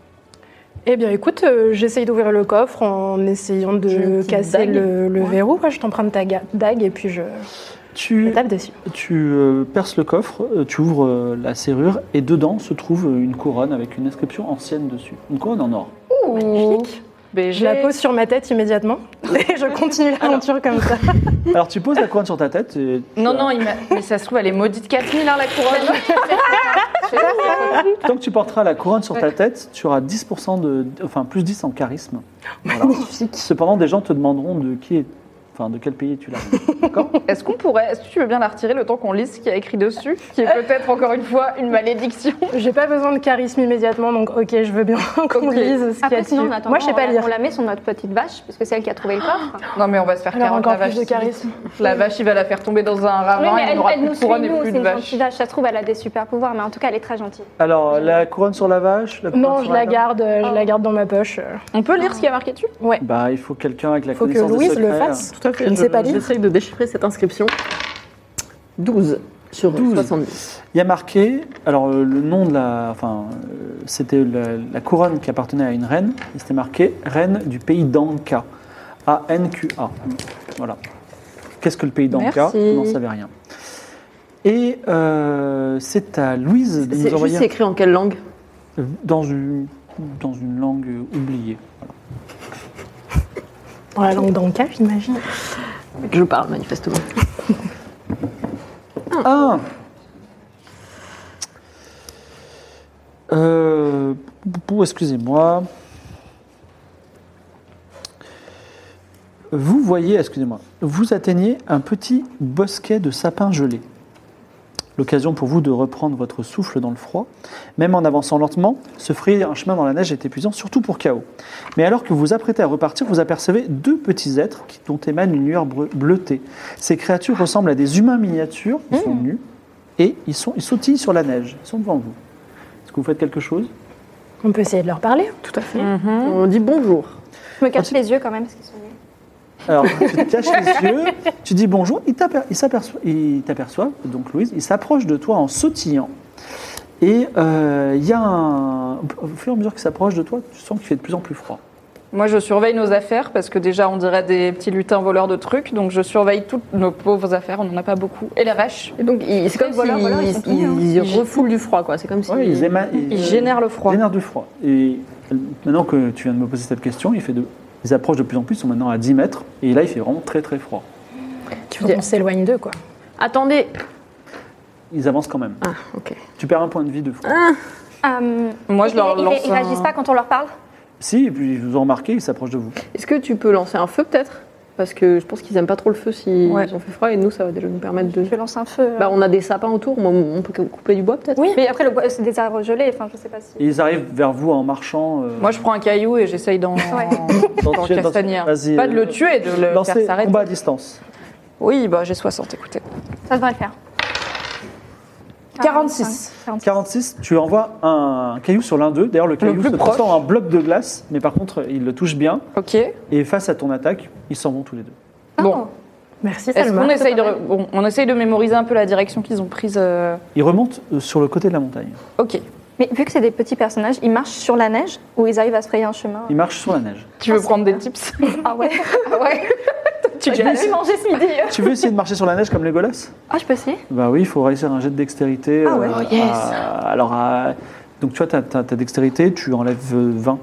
G: Eh bien, écoute, euh, j'essaye d'ouvrir le coffre en essayant
F: J'ai une
G: de
F: petite
G: casser
F: dague.
G: le, le
F: Ouais.
G: verrou. quoi. Je t'emprunte ta ga- dague et puis je je
C: Tu,
G: tape dessus.
C: tu euh, perces le coffre, euh, tu ouvres euh, la serrure et dedans se trouve euh, une couronne avec une inscription ancienne dessus. Une couronne en or.
F: Magnifique.
G: Je la pose sur ma tête immédiatement et je continue l'aventure comme ça.
C: Alors tu poses la couronne sur ta tête et...
D: Non, non, il m'a- mais ça se trouve, elle est maudite 4000, hein, la couronne.
C: Tant que tu porteras la couronne sur ta tête, tu auras 10% de... Enfin, plus 10 en charisme.
G: Oh,
C: Voilà. Cependant, des gens te demanderont de qui est... Enfin, de quel pays es-tu là D'accord
D: Est-ce qu'on pourrait, est-ce que tu veux bien la retirer le temps qu'on lise ce qu'il y a écrit dessus, qui est peut-être encore une fois une malédiction
G: J'ai pas besoin de charisme immédiatement, donc ok, je veux bien qu'on
D: Ok.
G: lise ce qu'il y
E: Après,
G: a dessus.
E: Ah, bah, sinon, en attendant,
G: Moi, je sais
E: on
G: pas
E: la-
G: lire.
E: on la met sur notre petite vache, parce que c'est elle qui a trouvé le coffre.
D: Non, mais on va se faire
G: Alors,
D: 40
G: encore
D: la vache.
G: plus de
D: si vite.
G: charisme.
D: La vache, il va la faire tomber dans un ravin, il n'aura plus de couronne et plus
E: c'est
D: de
E: une
D: vache.
E: gentille vache. Ça se trouve, elle a des super pouvoirs, mais en tout cas, elle est très gentille.
C: Alors, la couronne sur la vache la couronne
G: Non,
C: sur
G: je la
C: table
G: garde, euh, je la garde dans ma poche. euh.
D: On peut lire ce qu'il y a marqué dessus
C: Bah, il faut quelqu'un avec la
G: Faut que
C: connaissance des
G: Louise le
C: secrets.
G: fasse.
F: Tout à fait.
G: Je ne sais pas lire.
F: J'essaye de déchiffrer cette inscription. 12 sur
C: 12.
F: 70.
C: Il y a marqué, alors euh, le nom de la, enfin, euh, c'était la, la couronne qui appartenait à une reine, et c'était marqué reine du pays d'Anka, A-N-Q-A. Voilà. Qu'est-ce que le pays d'Anka
F: Merci.
C: Vous n'en savez rien. Et euh, c'est à Louise de nous
F: C'est juste
C: envoyer
F: écrit en quelle langue
C: dans une, dans une langue euh, oubliée.
E: hein.
G: Dans la langue d'Anka, j'imagine.
F: Je parle, manifestement.
C: Ah Euh, pou- excusez-moi. Vous voyez, excusez-moi, vous atteignez un petit bosquet de sapins gelés. L'occasion pour vous de reprendre votre souffle dans le froid. Même en avançant lentement, se frayer un chemin dans la neige est épuisant, surtout pour Chaos. Mais alors que vous vous apprêtez à repartir, vous apercevez deux petits êtres qui- dont émane une lueur breu- bleutée. Ces créatures ressemblent à des humains miniatures, ils
D: Mmh.
C: sont nus, et ils, sont, ils sautillent sur la neige, ils sont devant vous. Est-ce que vous faites quelque chose
G: On peut essayer de leur parler. hein, Tout à fait.
F: Mmh. On dit bonjour.
E: Je me cache les yeux quand même, parce qu'ils sont nuls.
C: Alors, tu te caches les yeux, tu dis bonjour, ils t'aper- ils s'aperçoivent, ils t'aperçoivent, donc Louise, ils s'approchent de toi en sautillant. Et euh, il y a un. Au fur et à mesure qu'ils s'approchent de toi, tu sens qu'il fait de plus en plus froid.
D: Moi, je surveille nos affaires parce que déjà, on dirait des petits lutins voleurs de trucs, donc je surveille toutes nos pauvres affaires. On n'en a pas beaucoup. Et la vache,
F: Et donc, il- c'est comme s'ils
E: voleurs, voleurs, ils sont tous nus, hein.
F: ils refoulent du froid, quoi. C'est comme si.
C: Ouais, ils, éma-
D: il génère le froid.
C: Ils génèrent du froid. Et maintenant que tu viens de me poser cette question, il fait de... ils approchent de plus en plus, ils sont maintenant à 10 mètres, et là il fait vraiment très très froid.
G: Tu veux qu'on s'éloigne d'eux, quoi.
F: Attendez.
C: Ils avancent quand même.
F: Ah, ok.
C: Tu perds un point de vie de froid.
E: Euh,
D: Moi, je
E: ils-
D: leur
E: ils-
D: lance
E: Ils réagissent
D: un-
E: pas quand on leur parle
C: Si, et puis vous en remarquez, ils s'approchent de vous.
F: Est-ce que tu peux lancer un feu, peut-être Parce que je pense qu'ils aiment pas trop le feu s'ils
D: Ouais.
F: ont fait froid, et nous, ça va déjà nous permettre de.
E: Je lance un feu. euh.
F: Bah, on a des sapins autour, moi, on peut couper du bois, peut-être
E: Oui, mais après, le bois, c'est des arbres gelés, enfin, je sais pas si.
C: Et ils arrivent vers vous en marchant. euh,
D: Moi, je prends un caillou et j'essaye d'en
C: dans-
D: d'en
C: dans-
D: castagner. un.
C: Vas-y. euh,
D: Pas de
F: euh,
D: le tuer, de le faire
C: Lancez
D: s'arrêter.
C: combat à distance.
D: Oui, bah, j'ai 60, écoutez.
E: Ça devrait le faire.
D: 46.
E: 45.
C: 46, tu envoies un caillou sur l'un d'eux. D'ailleurs, le caillou
D: plus
C: se
D: proche.
C: transforme en bloc de glace, mais par contre, il le touche bien.
D: Ok.
C: Et face à ton attaque, ils s'en vont tous les deux.
D: Bon,
G: Merci,
D: est-ce
G: Salma.
D: qu'on essaye de, re- bon, on essaye de mémoriser un peu la direction qu'ils ont prise euh,
C: Ils remontent euh, sur le côté de la montagne.
D: Ok.
E: Mais vu que c'est des petits personnages, ils marchent sur la neige ou ils arrivent à se frayer un chemin
C: Il marche sur la neige.
D: Tu veux prendre des tips
E: Ah ouais Ah ouais
D: Tu
E: Je me suis mangé ce midi
C: Tu veux essayer de marcher sur la neige comme les Legolas
E: Ah, je peux essayer
C: Bah oui, il faut réussir un jet de dextérité. euh,
E: Ah ouais.
D: Oh, yes.
C: à- alors, à- donc tu vois, ta, ta- ta dextérité, tu enlèves euh, 20.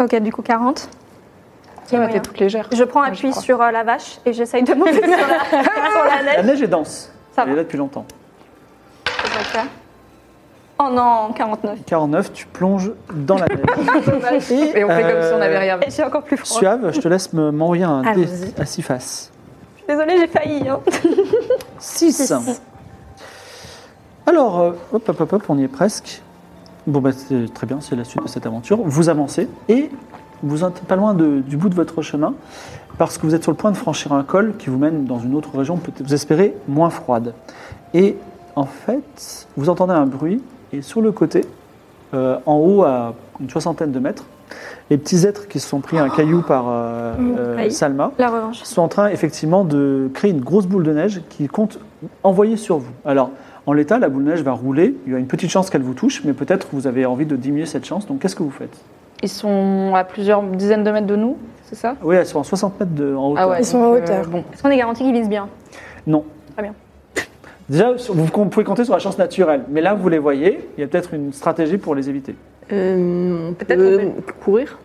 E: Ok, du coup 40.
D: Ça va,
E: moyen.
D: t'es toute légère.
E: Je prends
D: Ouais,
E: appui
D: crois.
E: sur euh, la vache et j'essaye de monter sur la, sur la
C: La
E: neige.
C: neige est dense.
E: Ça
C: Elle
E: va.
C: est là depuis longtemps.
E: Je vais le faire. Oh non, 49.
C: 49, tu plonges dans la neige.
D: Et on fait comme si on n'avait
C: euh,
D: rien vu.
E: Et j'ai encore plus froid.
C: Suave, je te laisse me- m'envoyer un dé
G: Allons-y.
C: à 6 faces.
E: Désolée, j'ai failli. hein.
C: 6. Alors, euh, hop, hop, hop, hop, on y est presque. Bon, bah, c'est très bien, c'est la suite de cette aventure. Vous avancez et vous êtes pas loin de- du bout de votre chemin parce que vous êtes sur le point de franchir un col qui vous mène dans une autre région, peut-être, vous espérez, moins froide. Et en fait, vous entendez un bruit et sur le côté, euh, en haut à une soixantaine de mètres, les petits êtres qui se sont pris un caillou par euh, euh,
E: aïe.
C: Salma
E: La revanche.
C: sont en train effectivement de créer une grosse boule de neige qu'ils comptent envoyer sur vous. Alors, en l'état, la boule de neige va rouler. Il y a une petite chance qu'elle vous touche, mais peut-être vous avez envie de diminuer cette chance. Donc, qu'est-ce que vous faites
D: Ils sont à plusieurs dizaines de mètres de nous, c'est ça
C: Oui, elles sont à 60 mètres de, en hauteur.
D: Ah ouais.
G: Ils sont
D: donc,
G: en
D: euh,
G: hauteur.
D: bon.
E: Est-ce qu'on est garanti qu'ils visent bien
C: Non.
E: Très bien.
C: Déjà, sur- vous com- pouvez compter sur la chance naturelle, mais là, vous les voyez. Il y a peut-être une stratégie pour les éviter.
F: Euh, on
D: Peut-être
F: peut courir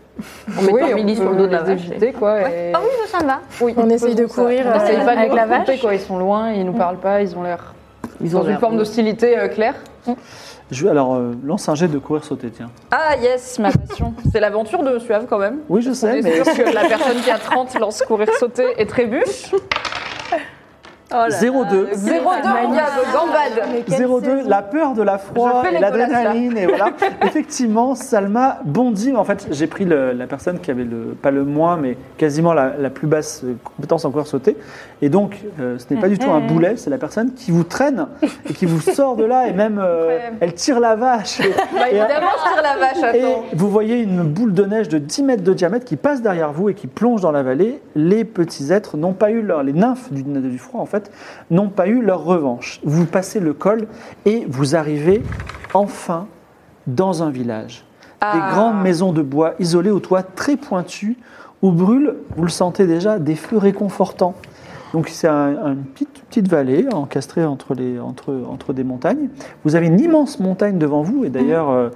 F: en mettant
D: Oui,
F: Milly
D: on
F: sur le dos de la
D: peut
F: vache.
D: les éviter, quoi. et-
E: Ah oui, ça me va.
D: Oui,
G: On essaye de
D: faisons
G: courir,
D: ça. On
G: euh,
D: essaye pas
G: avec
D: de
G: la
D: nous tromper,
G: vache.
D: quoi. Ils sont loin, ils nous parlent pas, ils ont l'air
F: Ils
D: dans une forme d'hostilité euh, claire.
C: Je, alors, euh, lance un jet de courir sauter, tiens.
D: Ah yes, ma passion. C'est l'aventure de Suave quand même.
C: Oui, je
D: On
C: sais,
D: est
C: mais
D: sûr que la personne qui a 30 lance courir, sauter et trébuche.
C: 0,2.
D: 0-2, on y a de gambade.
C: 02, la peur de la froid
D: Je fais
C: et
D: les colas,
C: l'adrénaline, et voilà. Effectivement, Salma bondit. En fait, j'ai pris le- la personne qui avait le, pas le moins, mais quasiment la, la plus basse euh, compétence en coureur sauté. Et donc, euh, ce n'est pas du tout un boulet, c'est la personne qui vous traîne et qui vous sort de là, et même euh,
D: Incroyable.
C: elle tire la vache.
D: Bah
C: Et-
D: évidemment, je tire la vache,
C: et
D: attends.
C: vous voyez une boule de neige de 10 mètres de diamètre qui passe derrière vous et qui plonge dans la vallée. Les petits êtres n'ont pas eu leur... Les nymphes du, du froid, en fait, n'ont pas eu leur revanche. Vous passez le col et vous arrivez enfin dans un village. Des
D: Ah.
C: grandes maisons de bois isolées aux toits très pointus où brûlent, vous le sentez déjà, des feux réconfortants. Donc c'est un- une petite, petite vallée encastrée entre, les, entre, entre des montagnes. Vous avez une immense montagne devant vous, et d'ailleurs, euh,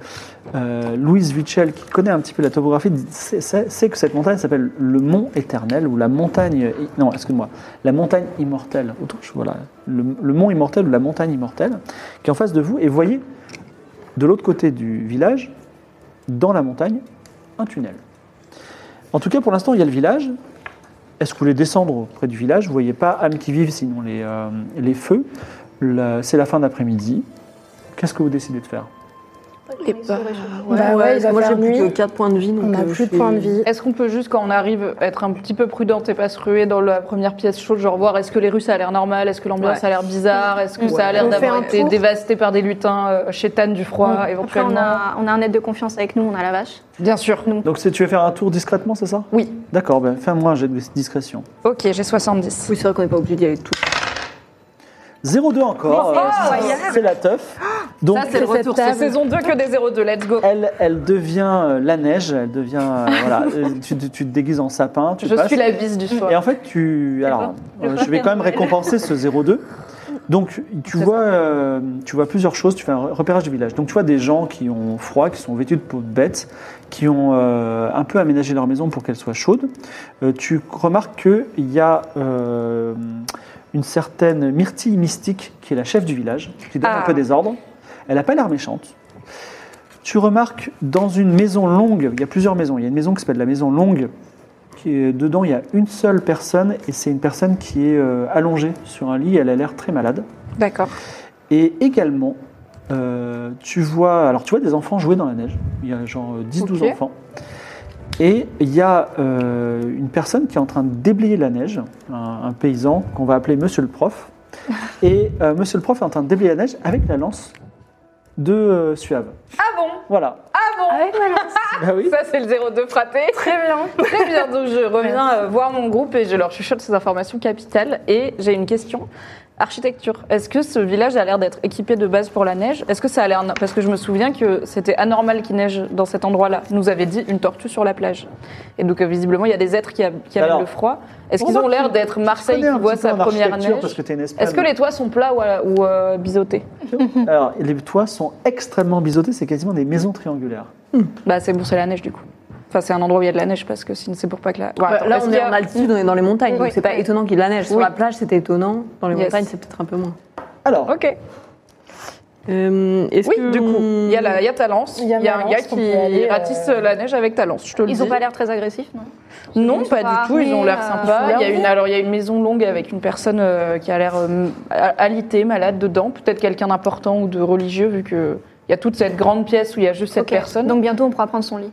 C: euh, Louise Vichel, qui connaît un petit peu la topographie, dit- sait, sait- sait que cette montagne s'appelle le Mont Éternel, ou la montagne... i- Non, excuse-moi, la montagne immortelle. Autant je- voilà, le, le Mont Immortel ou la montagne immortelle, qui est en face de vous, et voyez, de l'autre côté du village, dans la montagne, un tunnel. En tout cas, pour l'instant, il y a le village. Est-ce que vous voulez descendre près du village Vous voyez pas âmes qui vivent, sinon les, euh, les feux. La- C'est la fin d'après-midi. Qu'est-ce que vous décidez de faire
G: Et bah, bah ouais, il va
F: moi j'ai
G: faire
F: plus
G: nuit.
F: que 4 points de vie. Donc
G: On n'a
F: euh, je
G: plus de
F: fais-
G: points de vie.
D: Est-ce qu'on peut juste, quand on arrive, être un petit peu prudente et pas se ruer dans la première pièce chaude, genre voir est-ce que les rues ça a l'air normal, est-ce que l'ambiance
F: Ouais.
D: a l'air bizarre, est-ce que ça a l'air
G: On fait
D: d'avoir
G: un
D: été
G: tour.
D: dévasté par des lutins euh, chétanes du froid,
E: Après, on
D: éventuellement
E: a, on a un aide de confiance avec nous, on a la vache.
D: Bien sûr.
C: Donc c'est- tu veux faire un tour discrètement, c'est ça
D: Oui.
C: D'accord, ben, fais-moi un jet de discrétion.
D: Ok, j'ai 70.
F: Oui, c'est vrai qu'on n'est pas obligé d'y aller tout.
C: 0,2 encore,
D: Oh,
C: euh,
D: incroyable. Ah,
C: c'est la teuf. Donc
D: Ça, c'est le retour. C'est saison 2 que des 0-2. Let's go.
C: elle, elle devient euh, la neige, elle devient... euh, voilà, euh, tu, tu- tu te déguises en sapin, tu
D: Je
C: passes.
D: suis la bise du soir.
C: Et en fait, tu. Alors, euh, je vais quand même récompenser ce 0,2. Donc, tu vois, euh, tu vois plusieurs choses. Tu fais un repérage du village. Donc, tu vois des gens qui ont froid, qui sont vêtus de peau de bête, qui ont euh, un peu aménagé leur maison pour qu'elle soit chaude. Euh, tu remarques qu'il y a euh, une certaine Myrtille Mystique, qui est la chef du village, qui donne
D: Ah.
C: un peu des ordres. Elle n'a pas l'air méchante. Tu remarques dans une maison longue, il y a plusieurs maisons. Il y a une maison qui s'appelle la maison longue, qui est- dedans, il y a une seule personne et c'est une personne qui est euh, allongée sur un lit. Elle a l'air très malade.
D: D'accord.
C: Et également, euh, tu vois, alors tu vois des enfants jouer dans la neige. Il y a genre euh, 10-12
D: Ok.
C: enfants. Et il y a euh, une personne qui est en train de déblayer la neige, un, un paysan qu'on va appeler Monsieur le Prof. Et euh, Monsieur le Prof est en train de déblayer la neige avec la lance de euh, Suave.
D: Ah bon
C: Voilà.
D: Ah bon
G: Avec ma lance.
C: Bah oui.
D: Ça, c'est le 0-2 fraté.
G: Très bien.
D: Très bien, donc je reviens euh, voir mon groupe et je leur chuchote ces informations capitales. Et j'ai une question. Architecture. Est-ce que ce village a l'air d'être équipé de base pour la neige Est-ce que ça a l'air parce que je me souviens que c'était anormal qu'il neige dans cet endroit-là. Nous avait dit une tortue sur la plage. Et donc euh, visiblement il y a des êtres qui, a- qui
C: Alors,
D: avaient le froid. Est-ce
C: on
D: qu'ils
C: voit
D: ont l'air
C: qu'il-
D: d'être Marseille
C: connais un
D: qui voit
C: petit peu
D: sa
C: en
D: première
C: architecture
D: neige
C: parce que t'es une Espagne.
D: Est-ce que les toits sont plats ou, à- ou, euh, biseautés
C: Alors, les toits sont extrêmement biseautés, c'est quasiment des maisons triangulaires.
D: Bah c'est bon, c'est la neige du coup. Enfin c'est un endroit où il y a de la neige parce que sinon c'est pour pas que la. Ouais,
F: Bah,
D: attends,
F: là,
D: est-ce
F: on
D: qu'il
F: est
D: y a-
F: en altitude, on est dans les montagnes,
D: Oui,
F: donc c'est pas
D: oui.
F: étonnant qu'il y ait de la neige. Sur
D: Oui.
F: la plage, c'était étonnant. Dans les
D: Yes.
F: montagnes, c'est peut-être un peu moins.
C: Alors,
D: Ok.
F: Euh, est-ce
D: Oui,
F: que
D: du coup,
F: on-
G: Hmm.
D: il y a, la- il y a Talence, il y a, un
G: Valence
D: gars
G: qu'on peut aller,
D: qui
G: euh,
D: ratisse la neige avec Talence, je te le
E: Ils
D: dis.
E: ont pas l'air très agressifs, non
D: Non,
E: Ils
D: pas
E: sont
D: du tout, ils ont l'air
E: armés,
D: sympas.
E: euh,
D: Il y a une, alors, il y a une maison longue avec une personne euh, qui a l'air euh, alitée, malade dedans, peut-être quelqu'un d'important ou de religieux, vu que. Il y a toute cette grande pièce où il y a juste cette
E: Ok.
D: personne. Donc,
E: Donc bientôt on pourra prendre son lit.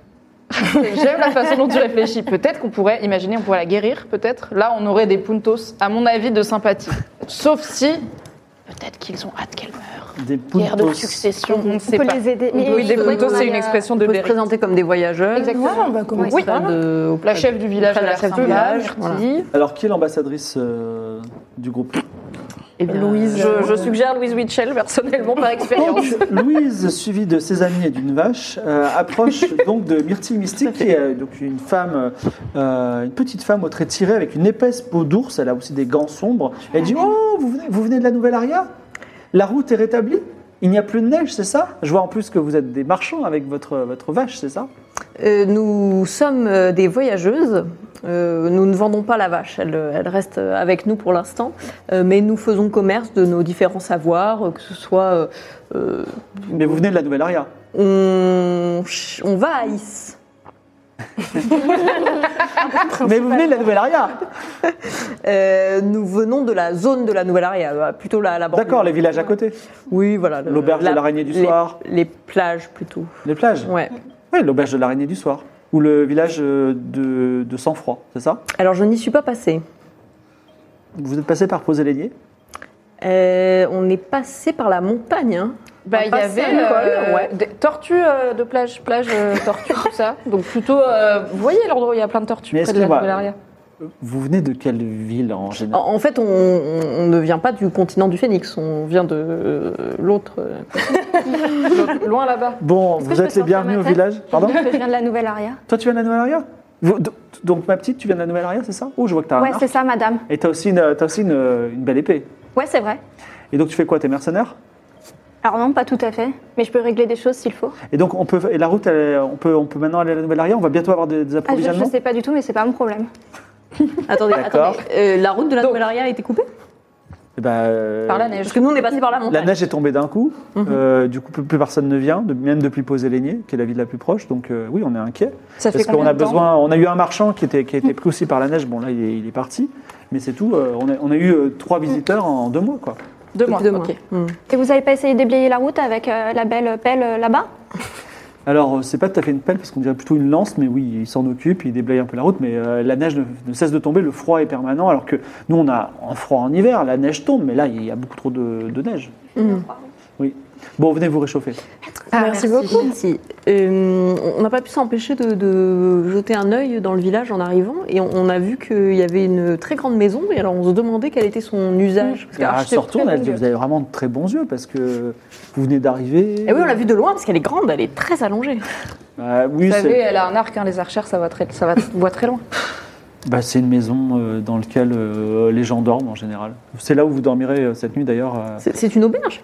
D: j'aime la façon dont tu réfléchis. Peut-être qu'on pourrait imaginer, on pourrait la guérir, peut-être. Là, on aurait des puntos, à mon avis, de sympathie. Sauf si, peut-être qu'ils ont hâte qu'elle meure.
C: des
D: Guerre de
C: puntos.
D: succession, on ne sait
E: peut
D: pas.
E: les aider.
D: Oui,
E: Mais il
D: des
E: faut
D: puntos,
E: qu'on
D: c'est
E: aille,
D: une
E: euh,
D: expression
F: on
D: de
F: peut se
D: dérive.
F: présenter comme des voyageurs
E: Exactement.
G: Ouais, on va commencer.
E: Oui,
F: auprès de- auprès-
D: La chef du village
F: auprès
D: a l'air
F: de la chef du
D: sympa,
F: village,
D: Myrtille.
F: voilà.
C: Alors, qui est l'ambassadrice euh, du groupe
F: Eh bien,
G: Louise.
D: Je, je suggère Louise Witchell, personnellement, par expérience.
C: Donc, Louise, suivie de ses amis et d'une vache, euh, approche donc de Myrtille Mystique, qui est euh, donc une femme, euh, une petite femme au trait tiré avec une épaisse peau d'ours. Elle a aussi des gants sombres. Elle dit Oh, vous venez, vous venez de la Nouvelle Aria La route est rétablie Il n'y a plus de neige, c'est ça Je vois en plus que vous êtes des marchands avec votre, votre vache, c'est ça
F: Euh, nous sommes euh, des voyageuses. Euh, nous ne vendons pas la vache, elle, euh, elle reste euh, avec nous pour l'instant. Euh, mais nous faisons commerce de nos différents savoirs, euh, que ce soit. euh, euh,
C: Mais vous venez de la Nouvelle Aria.
F: on, ch- on va à Is.
C: Mais vous venez de la Nouvelle Aria
F: Euh, nous venons de la zone de la Nouvelle Aria, euh, plutôt la, la banlieue.
C: D'accord, les villages à côté,
F: Oui, voilà. le-
C: L'auberge
F: la-
C: de l'araignée du
F: les-
C: soir.
F: Les plages plutôt.
C: les plages.
F: Ouais.
C: Oui, l'auberge de l'araignée du soir. Ou le village euh, de, de Sang-Froid, c'est ça
F: Alors je n'y suis pas passée.
C: Vous êtes passé par Posélénier
F: Euh, on est passé par la montagne. hein.
D: Bah, il y
F: Pas
D: avait
F: seul, quoi,
D: euh,
F: ouais.
D: des tortues euh, de plage, plage euh, tortues, tout ça. Donc plutôt, euh, vous voyez l'endroit où il y a plein de tortues
C: Mais
D: près de la
C: excuse-moi.
D: Nouvelle-Aria.
C: Vous venez de quelle ville en
F: En,
C: général
F: en fait, on, on- on ne vient pas du continent du Phénix, on vient de euh, l'autre. euh,
D: Donc, Loin là-bas.
C: Bon,
E: Oh. Est-ce que
C: vous
E: je peux
C: êtes les
E: sortir
C: bienvenus
E: ma
C: au
E: tête
C: village.
E: Pardon
C: Pardon
E: Je viens de la nouvelle aria.
C: Toi, tu viens de la Nouvelle Aria Vous- d- Donc, ma petite, tu viens de la Nouvelle Aria, c'est ça Oh, je vois que t'as un
E: Ouais,
C: arc.
E: c'est ça, madame.
C: Et t'as aussi, une, t'as aussi une, euh, une belle épée.
E: Ouais, c'est vrai.
C: Et donc, tu fais quoi T'es mercenaire
E: Alors non, pas tout à fait, mais je peux régler des choses s'il faut.
C: Et donc, on peut, et la route, elle est- on, peut, on peut maintenant aller à la Nouvelle Aria On va bientôt avoir des, des
E: Ah, je, je
C: approvisionnements
E: sais pas du tout, mais c'est pas mon problème.
F: Attendez,
C: D'accord.
F: attendez. euh, la route de la Nouvelle Aria a été coupée
C: Eh ben, euh,
D: Par la neige.
F: Parce que nous, on est passé par Euh, la montagne.
C: La neige est tombée d'un coup,
D: Mhm.
C: Euh, du coup plus, plus personne ne vient, de- même depuis Posé-Lénier, qui est la ville la plus proche. Donc euh, oui, on est inquiet.
D: Ça fait
C: parce qu'on
D: combien
C: a
D: de temps
C: besoin. On a eu un marchand qui était qui a été pris aussi par la neige. Bon là, il est, il est parti, mais c'est tout. Euh, on, a, on a eu euh, trois visiteurs en deux mois, quoi.
D: Deux mois.
F: Deux mois.
D: ok.
F: Hmm.
E: Et vous avez pas essayé de déblayer la route avec euh, la belle pelle euh, là-bas
C: Alors euh, c'est pas tout à fait une pelle parce qu'on dirait plutôt une lance, mais oui, il s'en occupe, il déblaye un peu la route, mais euh, la neige ne, ne cesse de tomber, le froid est permanent, alors que nous on a un froid en hiver, la neige tombe, mais là il y a beaucoup trop de, de neige. Oui. Bon, venez vous réchauffer.
G: merci, beaucoup.
F: Ah, Merci. Euh, on n'a pas pu s'empêcher de, de jeter un œil dans le village en arrivant et on, on a vu qu'il y avait une très grande maison et alors on se demandait quel était son usage. Parce que
C: Ah,
F: architecte-
C: se retourne, elle dit, vous avez vraiment de très bons yeux parce que vous venez d'arriver.
F: Et
D: Eh
F: oui, on l'a vu de loin parce qu'elle est grande, elle est très allongée.
C: Ah, oui,
D: Vous savez,
C: c'est
D: elle a un arc, hein, les archères, ça va très, ça va voit très loin.
C: bah, c'est une maison euh, dans laquelle euh, les gens dorment en général. C'est là où vous dormirez euh, cette nuit d'ailleurs. euh.
F: C'est c'est une auberge.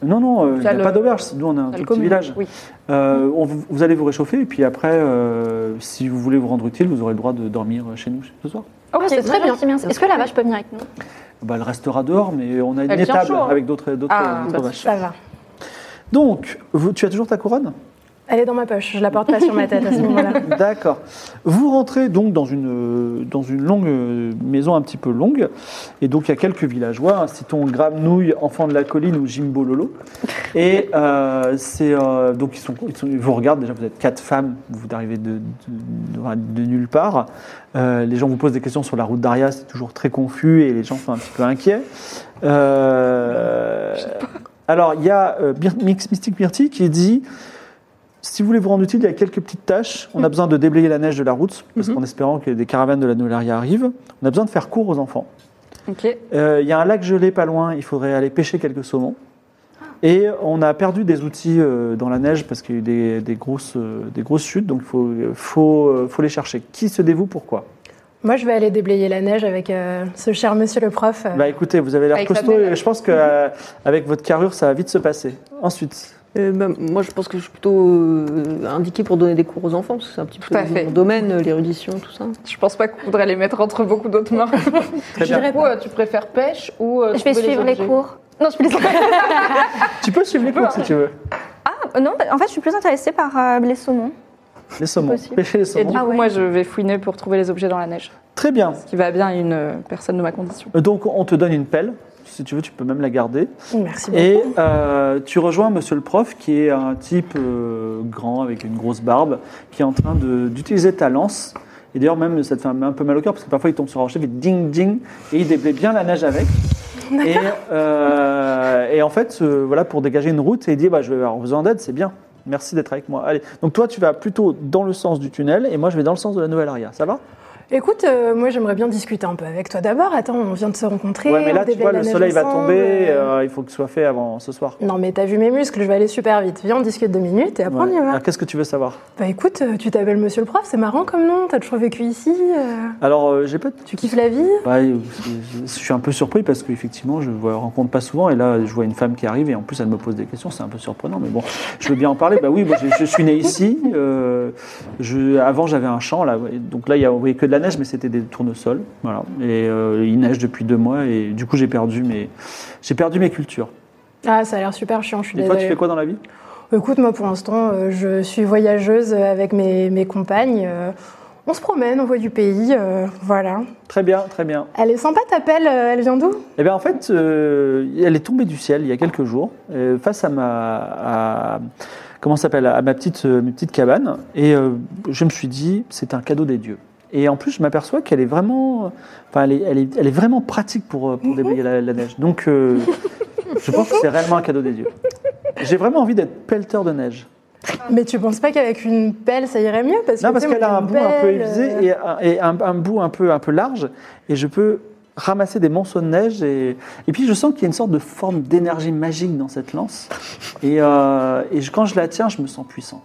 C: Non, non, euh, il n'y
D: Ça,
C: a
D: le-
C: pas d'auberge, nous on a un tout petit
D: commune,
C: village.
D: Oui.
C: Euh, on- vous allez vous réchauffer et puis après, euh, si vous voulez vous rendre utile, vous aurez le droit de dormir euh, chez nous ce soir.
E: Ok, Ah, bah, c'est très bien. Est-ce que la vache peut venir avec nous
C: Bah, elle restera dehors, mais on a une
D: Elle tient
C: étable
D: chaud, hein.
C: avec d'autres d'autres-
D: Ah,
C: d'autres
D: bah,
C: vaches.
G: Ça va.
C: Donc, vous- tu as toujours ta couronne
G: Elle est dans ma poche, je la porte pas sur ma tête à ce moment-là.
C: D'accord. Vous rentrez donc dans une, euh, dans une longue euh, maison un petit peu longue. Et donc, il y a quelques villageois, hein, citons Gravenouille, Enfant de la Colline ou Jimbo Lolo. Et euh, c'est. euh, donc, ils, sont, ils, sont- ils vous regardent. Déjà, vous êtes quatre femmes. Vous arrivez de, de, de- de nulle part. Euh, les gens vous posent des questions sur la route d'Aria. C'est toujours très confus et les gens sont un petit peu inquiets. Euh, alors, il y a euh, Bir- Mix Mystique Myrtille qui dit si vous voulez vous rendre utile, il y a quelques petites tâches. On a besoin de déblayer la neige de la route, parce qu'en espérant que des caravanes de la Nouvelle Aria arrivent, on a besoin de faire court aux enfants.
D: Ok.
C: Euh, Il y a un lac gelé pas loin, il faudrait aller pêcher quelques saumons. Et on a perdu des outils euh, dans la neige parce qu'il y a eu des, des grosses, euh, des grosses chutes, donc il faut, faut, euh, faut les chercher. Qui se dévoue pourquoi
G: Moi, je vais aller déblayer la neige avec euh, ce cher monsieur le prof. euh,
C: Bah écoutez, vous avez l'air
D: Avec sa
C: costaud
D: belle-
C: et je pense qu'avec votre carrure, ça va vite se passer. Ensuite,
F: Euh, bah, moi, je pense que je suis plutôt euh, indiquée pour donner des cours aux enfants, parce que c'est un petit peu
D: Tout à fait.
F: mon domaine, euh, l'érudition, tout ça.
D: Je pense pas qu'on voudrait les mettre entre beaucoup d'autres mains.
C: très
H: Je
C: bien.
H: dirais
D: euh,
H: quoi Tu préfères pêche ou euh,
E: Je vais
H: trouver
E: suivre les
H: objets
E: cours. Non, je plaisante.
C: Tu peux suivre les cours si tu veux.
E: Ah, non, en fait, je suis plus intéressée par euh, les saumons.
C: Les saumons,
E: Possible.
C: pêcher les
D: Et du
C: saumons.
E: Ah
D: coup, moi, je vais fouiner pour trouver les objets dans la neige,
C: Très bien.
D: ce qui va bien à une euh, personne de ma condition.
C: Donc on te donne une pelle. Si tu veux, tu peux même la garder.
G: Merci beaucoup.
C: Et euh, tu rejoins Monsieur le Prof, qui est un type euh, grand avec une grosse barbe, qui est en train de- d'utiliser ta lance. Et d'ailleurs, même, ça te fait un, un peu mal au cœur, parce que parfois il tombe sur un rocher, il fait ding ding, et il déblaye bien la nage avec. Et, euh, et en fait, euh, voilà, pour dégager une route, et il dit bah, Je vais avoir besoin d'aide, c'est bien. Merci d'être avec moi. Allez, donc toi, tu vas plutôt dans le sens du tunnel, et moi, je vais dans le sens de la nouvelle aria. Ça va
G: Écoute, euh, moi, j'aimerais bien discuter un peu avec toi d'abord. Attends, on vient de se rencontrer.
C: Ouais, mais
G: on
C: là, tu
G: déblaye
C: vois,
G: la
C: le
G: neige
C: soleil va
G: ensemble,
C: tomber,
G: euh,
C: euh, il faut que ce soit fait avant ce soir.
G: Non, mais t'as vu mes muscles, je vais aller super vite. Viens, on discute deux minutes et après on
C: Ouais.
G: y va.
C: Alors, qu'est-ce que tu veux savoir
G: Bah écoute, euh, tu t'appelles monsieur le prof, c'est marrant comme nom, t'as toujours vécu ici, euh,
C: Alors, euh, j'ai pas de
G: tu kiffes la vie.
C: Bah, je, je- je suis un peu surpris parce qu'effectivement, je ne rencontre pas souvent. Et là, je vois une femme qui arrive et en plus, elle me pose des questions. C'est un peu surprenant, mais bon, je veux bien en parler. Bah oui, moi, je, je suis né ici. euh, je, avant, j'avais un champ. Là, et donc là, il n'y avait que de la neige, mais c'était des tournesols. Voilà. Et euh, il neige depuis deux mois et du coup, j'ai perdu mes, j'ai perdu mes cultures.
G: Ah, ça a l'air super chiant, je
C: Et
G: suis
C: toi, tu
G: désolée.
C: fais quoi dans la vie
G: Écoute, moi pour l'instant, euh, je suis voyageuse avec mes, mes compagnes. euh, on se promène, on voit du pays, euh, voilà.
C: Très bien, très bien.
G: Elle est sympa ta pelle, euh, elle vient d'où
C: Eh bien, en fait, euh, elle est tombée du ciel il y a quelques jours, euh, face à ma, à, comment ça s'appelle, à ma petite, euh, mes petites cabanes, et euh, je me suis dit, c'est un cadeau des dieux. Et en plus, je m'aperçois qu'elle est vraiment, enfin, elle est, elle est, elle est vraiment pratique pour, euh, pour déblayer la, la neige. Donc, euh, je pense que c'est réellement un cadeau des dieux. J'ai vraiment envie d'être pelleteur de neige.
G: Mais tu penses pas qu'avec une pelle ça irait mieux parce
C: Non,
G: que,
C: parce
G: tu sais,
C: qu'elle a
G: moi,
C: un
G: j'ai
C: bout
G: une
C: un peu
G: pelle,
C: évisé
G: euh,
C: et, un- et un, un bout un peu, un peu large, et je peux ramasser des monceaux de neige. Et, et puis je sens qu'il y a une sorte de forme d'énergie magique dans cette lance. Et, euh, et je- quand je la tiens, je me sens puissant.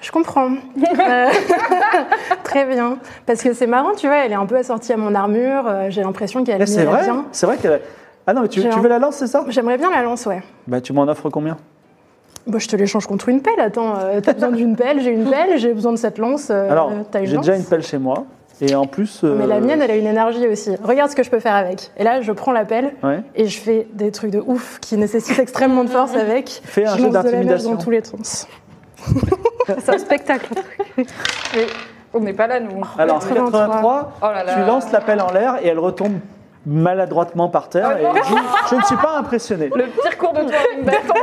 G: Je comprends. Euh, Très bien. Parce que c'est marrant, tu vois, elle est un peu assortie à mon armure, euh, j'ai l'impression qu'elle
C: Là, Eh, c'est
G: m'irait
C: vrai
G: bien.
C: C'est vrai qu'elle. a- Ah non, mais tu,
G: J'ai
C: tu
G: un-
C: veux la lance, c'est ça
G: J'aimerais bien la lance, ouais.
C: Bah, tu m'en offres combien
G: Bah, je te l'échange contre une pelle. Attends, euh, t'as besoin d'une pelle, j'ai une pelle, j'ai besoin de cette lance. euh,
C: Alors,
G: t'as
C: j'ai
G: lance
C: déjà une pelle chez moi, et en plus. euh,
G: Mais la mienne, elle a une énergie aussi. Regarde ce que je peux faire avec. Et là, je prends la pelle
C: Ouais.
G: et je fais des trucs de ouf qui nécessitent extrêmement de force avec.
C: Fais un
G: je
C: jeu
G: lance de la neige
C: d'intimidation.
G: dans tous les sens.
E: C'est un spectacle.
D: Mais on n'est pas là, nous.
C: Alors, 83,
D: Oh là là.
C: tu lances la pelle en l'air et elle retombe maladroitement par terre.
D: Ah
C: et
D: non.
C: elle dit, je ne suis pas impressionné.
D: Le pire cours de drawing bâton.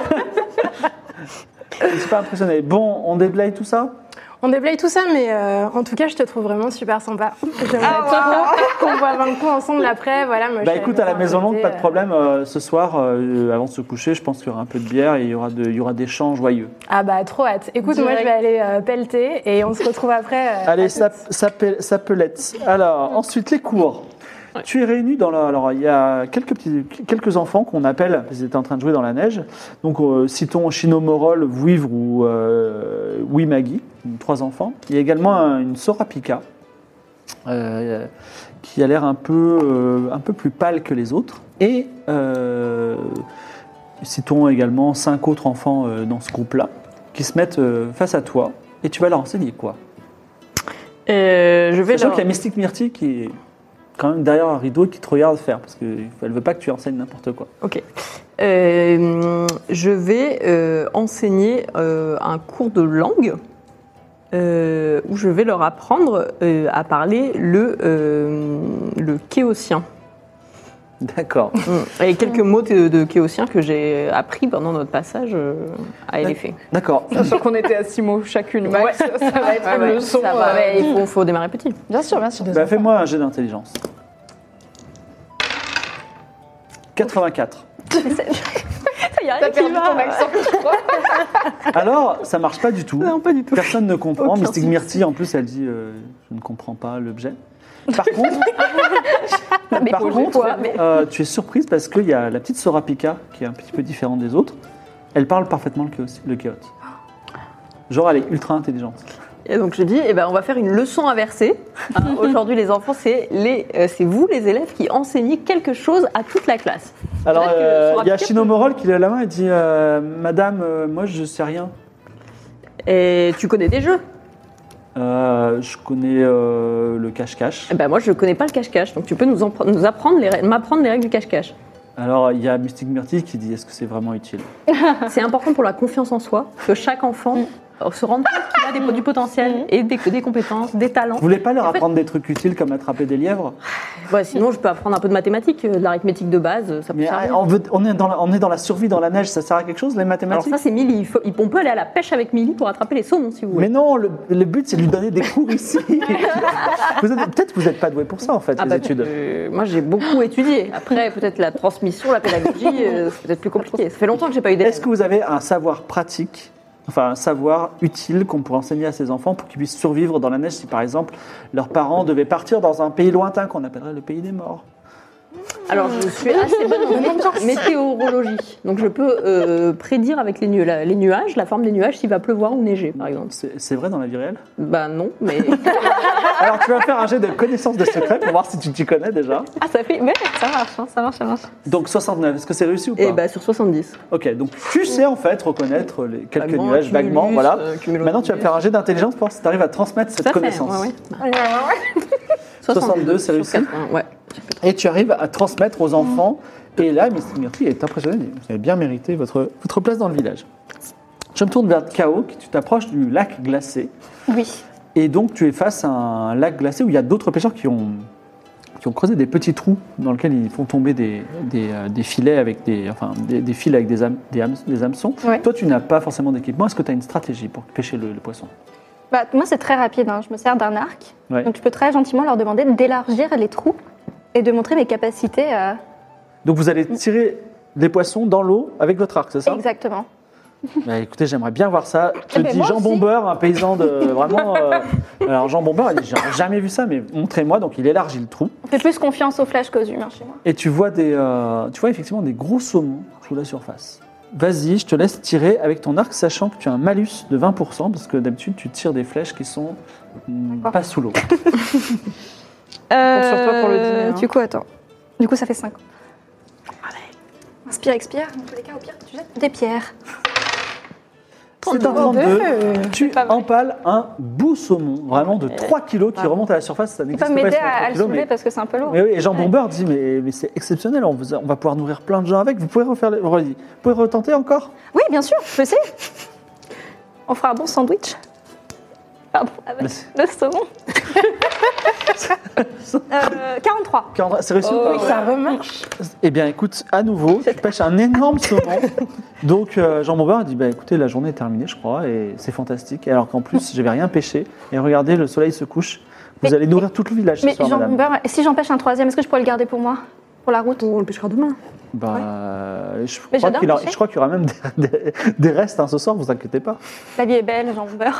C: Je ne suis pas impressionné. Bon, on déblaye tout ça
G: On déblaye tout ça, mais euh, en tout cas, je te trouve vraiment super sympa. J'aimerais trop qu'on voit 20 coups ensemble après. Voilà, moi, je
C: Bah
G: suis
C: écoute, à la
G: vraiment
C: Maison Longue,
G: invitée,
C: pas de
G: euh.
C: problème. euh, ce soir, euh, avant de se coucher, je pense qu'il y aura un peu de bière et il y aura, de, il y aura des chants joyeux.
G: Ah bah, trop hâte. Écoute, moi, je vais aller euh, pelleter et on se retrouve après. euh,
C: Allez,
G: à
C: sa,
G: toutes.
C: sa pe- sa pelette. Alors, ensuite, les cours. Tu es réuni dans la. Alors, il y a quelques, petits, quelques enfants qu'on appelle, ils étaient en train de jouer dans la neige. Donc, euh, citons Chino Morol, Wivre ou euh, Oui Maggie, donc trois enfants. Il y a également un- une Sorapika, euh, qui a l'air un, peu, euh, un peu plus pâle que les autres. Et euh, citons également cinq autres enfants euh, dans ce groupe-là, qui se mettent euh, face à toi. Et tu vas leur enseigner quoi
F: Euh, je vais
C: Sachant
F: leur...
C: qu'il y a Mystique Myrtille qui est quand même derrière un rideau et qui te regarde faire, parce qu'elle veut pas que tu enseignes n'importe quoi.
F: Ok. Euh, je vais euh, enseigner euh, un cours de langue euh, où je vais leur apprendre euh, à parler le, euh, le kéotien.
C: D'accord.
F: Mm. Et quelques mots de, de kéotien que j'ai appris pendant notre passage euh, à LFA.
C: D'accord.
D: Sachant qu'on était à six mots chacune, Max. Ça va être une leçon.
F: Ça va,
D: euh,
F: mais il faut, faut démarrer petit.
D: Bien sûr, bien sûr.
C: Bah, Fais-moi un jet d'intelligence. 84.
D: T'as perdu ton accent, je crois.
C: Alors, ça marche pas du tout.
F: Non, pas du tout.
C: Personne ne comprend.
F: Aucun
C: Mystique
F: souci.
C: Myrtille, en plus, elle dit euh, Je ne comprends pas l'objet. Par contre,
F: Ah,
E: mais
C: Par
E: pour le
C: contre,
E: fois, mais-
C: euh, tu es surprise parce qu'il y a la petite Sorapika qui est un petit peu différente des autres. Elle parle parfaitement le chaos- le chaos. Genre, elle est ultra intelligente.
F: Et donc je dis, eh ben, on va faire une leçon inversée. Hein, Aujourd'hui, les enfants, c'est les, euh, c'est vous, les élèves, qui enseignez quelque chose à toute la classe.
C: Alors,
F: Peut-être que
C: euh,
F: Sorapika
C: il y a
F: peut-
C: Shinomorol qui lève la main et dit euh, Madame, euh, moi je sais rien.
F: Et tu connais des jeux
C: Euh, je connais euh, le cache-cache.
F: Eh ben, Moi, je ne connais pas le cache-cache, donc tu peux nous, en pre- nous apprendre les, rè- m'apprendre les règles du cache-cache.
C: Alors, il y a Mystic Myrtle qui dit Est-ce que c'est vraiment utile
F: C'est important pour la confiance en soi que chaque enfant euh, se rende compte qu'il a des- du potentiel et des, des compétences, des talents.
C: Vous voulez pas leur
F: En fait-
C: apprendre des trucs utiles comme attraper des lièvres
F: Ouais, sinon, je peux apprendre un peu de mathématiques, euh, de l'arithmétique de base, euh, ça peut
C: Mais ah, oh,
F: servir.
C: on, veut- on est dans la, on est dans la survie, dans la neige, ça sert à quelque chose les
F: Alors
C: mathématiques
F: ça, c'est Milly. Il faut- il- on peut aller à la pêche avec Milly pour attraper les saumons, si vous voulez.
C: Mais non, le, le but c'est de lui donner des cours ici. Vous êtes- Peut-être que vous n'êtes pas doué pour ça en fait,
F: Ah
C: les
F: bah,
C: études.
F: euh, moi, j'ai beaucoup étudié. Après, peut-être la transmission, la pédagogie, euh, c'est peut-être plus compliqué. Ça fait longtemps que j'ai pas eu
C: Est-ce
F: d'élèves.
C: que vous avez un savoir pratique, enfin un savoir utile qu'on pourrait enseigner à ces enfants pour qu'ils puissent survivre dans la neige si par exemple leurs parents devaient partir dans un pays lointain qu'on appellerait le pays des morts
F: Alors, je suis assez bonne en mé- météorologie. Donc, je peux euh, prédire avec les, nu- la- les nuages, la forme des nuages, s'il va pleuvoir ou neiger, par exemple.
C: C'est c'est vrai dans la vie réelle
F: Bah non, mais...
C: Alors tu vas faire un jet de connaissance de secret pour voir si tu t'y connais déjà.
E: Ah, ça fait. Ouais, ça marche, hein, ça marche, ça marche.
C: Donc 69, est-ce que c'est réussi ou pas
F: Et bah, sur 70.
C: Ok, donc tu sais en fait reconnaître les quelques
F: Vaguement,
C: nuages vaguement,
F: cumulus,
C: voilà.
F: euh, cumulonimbus.
C: Maintenant tu vas faire un jet d'intelligence pour voir si tu arrives à transmettre cette
F: Tout à fait,
C: connaissance.
F: ouais, ouais.
C: 62, c'est
F: sur
C: réussi.
F: 80, Ouais.
C: Et tu arrives à transmettre aux enfants. Et là, Mr. Murphy est impressionné. Vous avez bien mérité votre, votre place dans le village. Je me tourne vers Kao, qui tu t'approches du lac glacé.
E: Oui.
C: Et donc, tu es face à un lac glacé où il y a d'autres pêcheurs qui ont, qui ont creusé des petits trous dans lesquels ils font tomber des, des, euh, des filets avec des, enfin, des, des fils avec des, ham- des, ham- des hameçons.
E: Ouais.
C: Toi, tu n'as pas forcément d'équipement. Est-ce que tu as une stratégie pour pêcher le, le poisson
E: Bah, moi, c'est très rapide. hein. Je me sers d'un arc.
C: Ouais.
E: Donc, je peux très gentiment leur demander d'élargir les trous et de montrer mes capacités. euh, à-
C: Donc, vous allez tirer des poissons dans l'eau avec votre arc, c'est
E: Oh.
C: ça
E: Exactement.
C: Bah, écoutez, j'aimerais bien voir ça. Je te
E: Eh ben,
C: dis
E: moi
C: Jean
E: aussi.
C: Bombeur, un paysan de vraiment. euh, Alors Jean Bombeur, il dit j'ai jamais vu ça, mais montrez-moi. Donc il élargit le trou
E: On fait plus confiance aux flashs qu'aux humains chez moi.
C: et tu vois des, euh, tu vois effectivement des gros saumons sous la surface. Vas-y, je te laisse tirer avec ton arc, sachant que tu as un malus de 20% parce que d'habitude tu tires des flèches qui sont mm, pas sous l'eau.
E: Euh,
G: sur toi pour le dîner, hein.
E: Du coup, attends. Du coup, ça fait 5. Inspire, expire. Dans tous les cas, au pire, tu jettes des pierres.
C: C'est un 32. Tu empales un beau saumon, vraiment de 3 kilos qui remonte à la surface. Ça
E: Tu peux
C: n'existe pas.
E: m'aider
C: sur les
E: à,
C: 3
E: à le
C: kilos, mais-
E: soulever parce que c'est un peu lourd.
C: Mais oui, et Jean Bombeur dit mais, mais c'est exceptionnel, on, vous a- on va pouvoir nourrir plein de gens avec. Vous pouvez refaire, le- vous pouvez retenter encore
E: Oui, bien sûr, je sais. On fera un bon sandwich. Pardon, avec
C: Merci.
E: le saumon. Euh, 43.
C: Quand- C'est
E: Oh
C: réussi ou pas
G: Ça remarche.
C: Eh bien, écoute, à nouveau, tu pêches un énorme saumon. Donc euh, Jean Bombeur dit bah écoutez, la journée est terminée, je crois, et c'est fantastique. Alors qu'en plus, j'avais rien pêché. Et regardez, le soleil se couche. Vous
E: Mais-
C: allez nourrir tout le village ce
E: Mais
C: soir,
E: Jean
C: madame.
E: Bomber, si j'empêche un troisième, est-ce que je pourrais le garder pour moi Pour la route
F: On le pêchera demain.
C: Bah, je,
E: Mais
C: crois
E: j'adore
C: qu'il en-
E: pêcher.
C: je crois qu'il y aura même des, des- des restes hein, ce soir, vous inquiétez pas.
E: La vie est belle, Jean Bomber.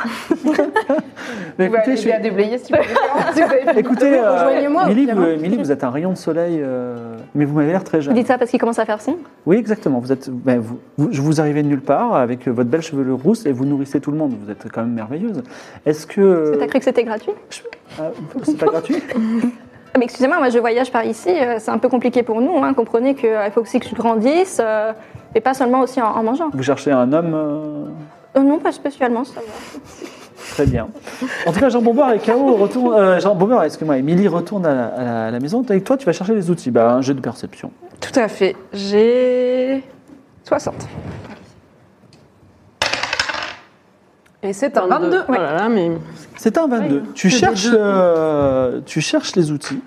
C: Mais
E: Bah,
H: Tu vas
C: écoutez,
H: l'aider
C: je suis-
H: à déblayer si vous voulez. Si vous avez fini de
C: Écoutez,
H: courir,
C: euh,
H: rejoignez-moi au
C: Milly,
H: pire,
C: vous,
H: hein.
C: Milly, vous êtes un rayon de soleil, euh, mais vous m'avez l'air très jeune.
E: Dites ça parce qu'il commence à faire sombre.
C: Oui, exactement. Vous êtes, ben, vous, vous- je vous arrivez de nulle part avec euh, votre belle chevelure rousse et vous nourrissez tout le monde. Vous êtes quand même merveilleuse. Est-ce que euh,
E: T'as cru que c'était gratuit
C: Ah, c'est pas gratuit
E: Ah, Mais excusez-moi, moi je voyage par ici, euh, c'est un peu compliqué pour nous. hein. Comprenez qu'il faut aussi que je grandisse, euh, et pas seulement aussi en, en mangeant.
C: Vous cherchez un homme euh,
E: Euh, non, pas spécialement, ça va.
C: très bien. En tout cas, Jean Bombard et K.O. retournent. euh, Jean Bombard, excuse-moi, Émilie retourne à la, à la- à la maison. Et toi, tu vas chercher les outils. Bah, un jeu de perception.
H: Tout à fait. J'ai 60. Et c'est un 22.
F: Oh là là, mais...
C: C'est un 22. tu, cherches, euh, tu cherches les outils.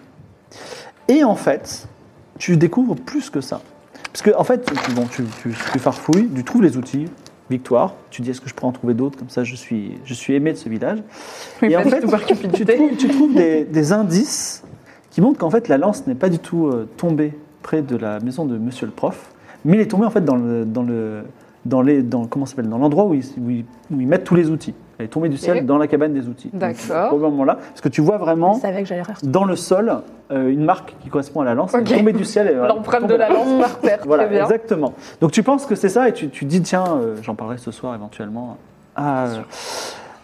C: Et en fait, tu découvres plus que ça. Parce que, en fait, tu, bon, tu, tu- tu farfouilles, tu trouves les outils, victoire. Tu dis, est-ce que je pourrais en trouver d'autres Comme ça, je suis, je suis aimé de ce village. et en fait, tu trouves, tu trouves des, des indices qui montrent qu'en fait, la lance n'est pas du tout euh, tombée près de la maison de monsieur le prof, mais elle est tombée en fait dans le. Dans le dans les, dans, comment ça s'appelle, dans l'endroit où ils, où, ils, où ils mettent tous les outils. Elle est tombée du ciel dans la cabane des outils. Donc,
D: D'accord.
C: Au moment-là, parce que tu vois vraiment
G: Je savais que j'allais rire.
C: dans le sol euh, une marque qui correspond à la lance. Elle est
D: Ok.
C: tombée du ciel. et, voilà,
D: L'empreinte
C: tombée
D: de la
C: là.
D: lance par terre.
C: Voilà,
D: Très bien.
C: exactement. Donc tu penses que c'est ça et tu, tu dis, tiens, euh, j'en parlerai ce soir éventuellement à,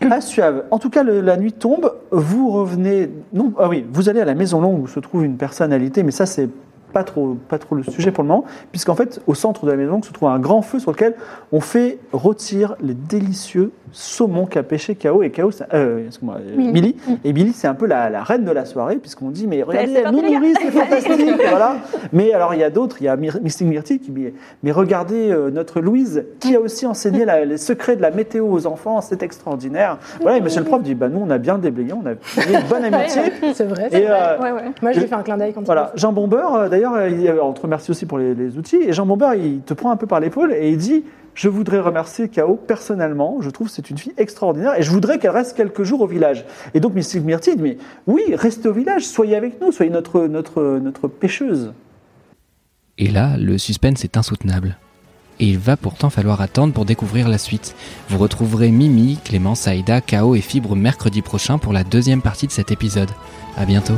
C: à Suave. En tout cas, le- la nuit tombe, vous revenez. Non, ah oui, vous allez à la maison longue où se trouve une personnalité, mais ça, c'est pas trop, pas trop le sujet pour le moment, puisqu'en fait, au centre de la maison longue se trouve un grand feu sur lequel on fait rôtir les délicieux saumons qu'a pêché Kao et Kao, c'est- euh, excuse-moi, euh, Millie. Et Millie, c'est un peu la, la reine de la soirée, puisqu'on dit, mais regardez, elle nous nourrit, c'est fantastique, voilà. Mais alors, il y a d'autres, il y a Myr- Mystic Myrtle qui dit, mais regardez euh, notre Louise, qui a aussi enseigné la- les secrets de la météo aux enfants, c'est extraordinaire. Voilà, et monsieur le prof dit, bah nous, on a bien déblayé, on a fait une bonne amitié.
G: C'est vrai.
C: Et, euh,
E: Ouais, ouais.
G: Moi, je lui fais un clin d'œil quand il
C: voilà, Jean Bombeur, euh, d'ailleurs, euh, il- euh, on te remercie aussi pour les, les outils. Et Jean Bombeur, il te prend un peu par l'épaule et il dit Je voudrais remercier K.O. personnellement. Je trouve que c'est une fille extraordinaire et je voudrais qu'elle reste quelques jours au village. Et donc, Mystique Myrtille dit Mais oui, restez au village, soyez avec nous, soyez notre, notre, notre pêcheuse.
B: Et là, le suspense est insoutenable. Et il va pourtant falloir attendre pour découvrir la suite. Vous retrouverez Mimi, Clémence, Aïda, Kao et Fibre mercredi prochain pour la deuxième partie de cet épisode. À bientôt.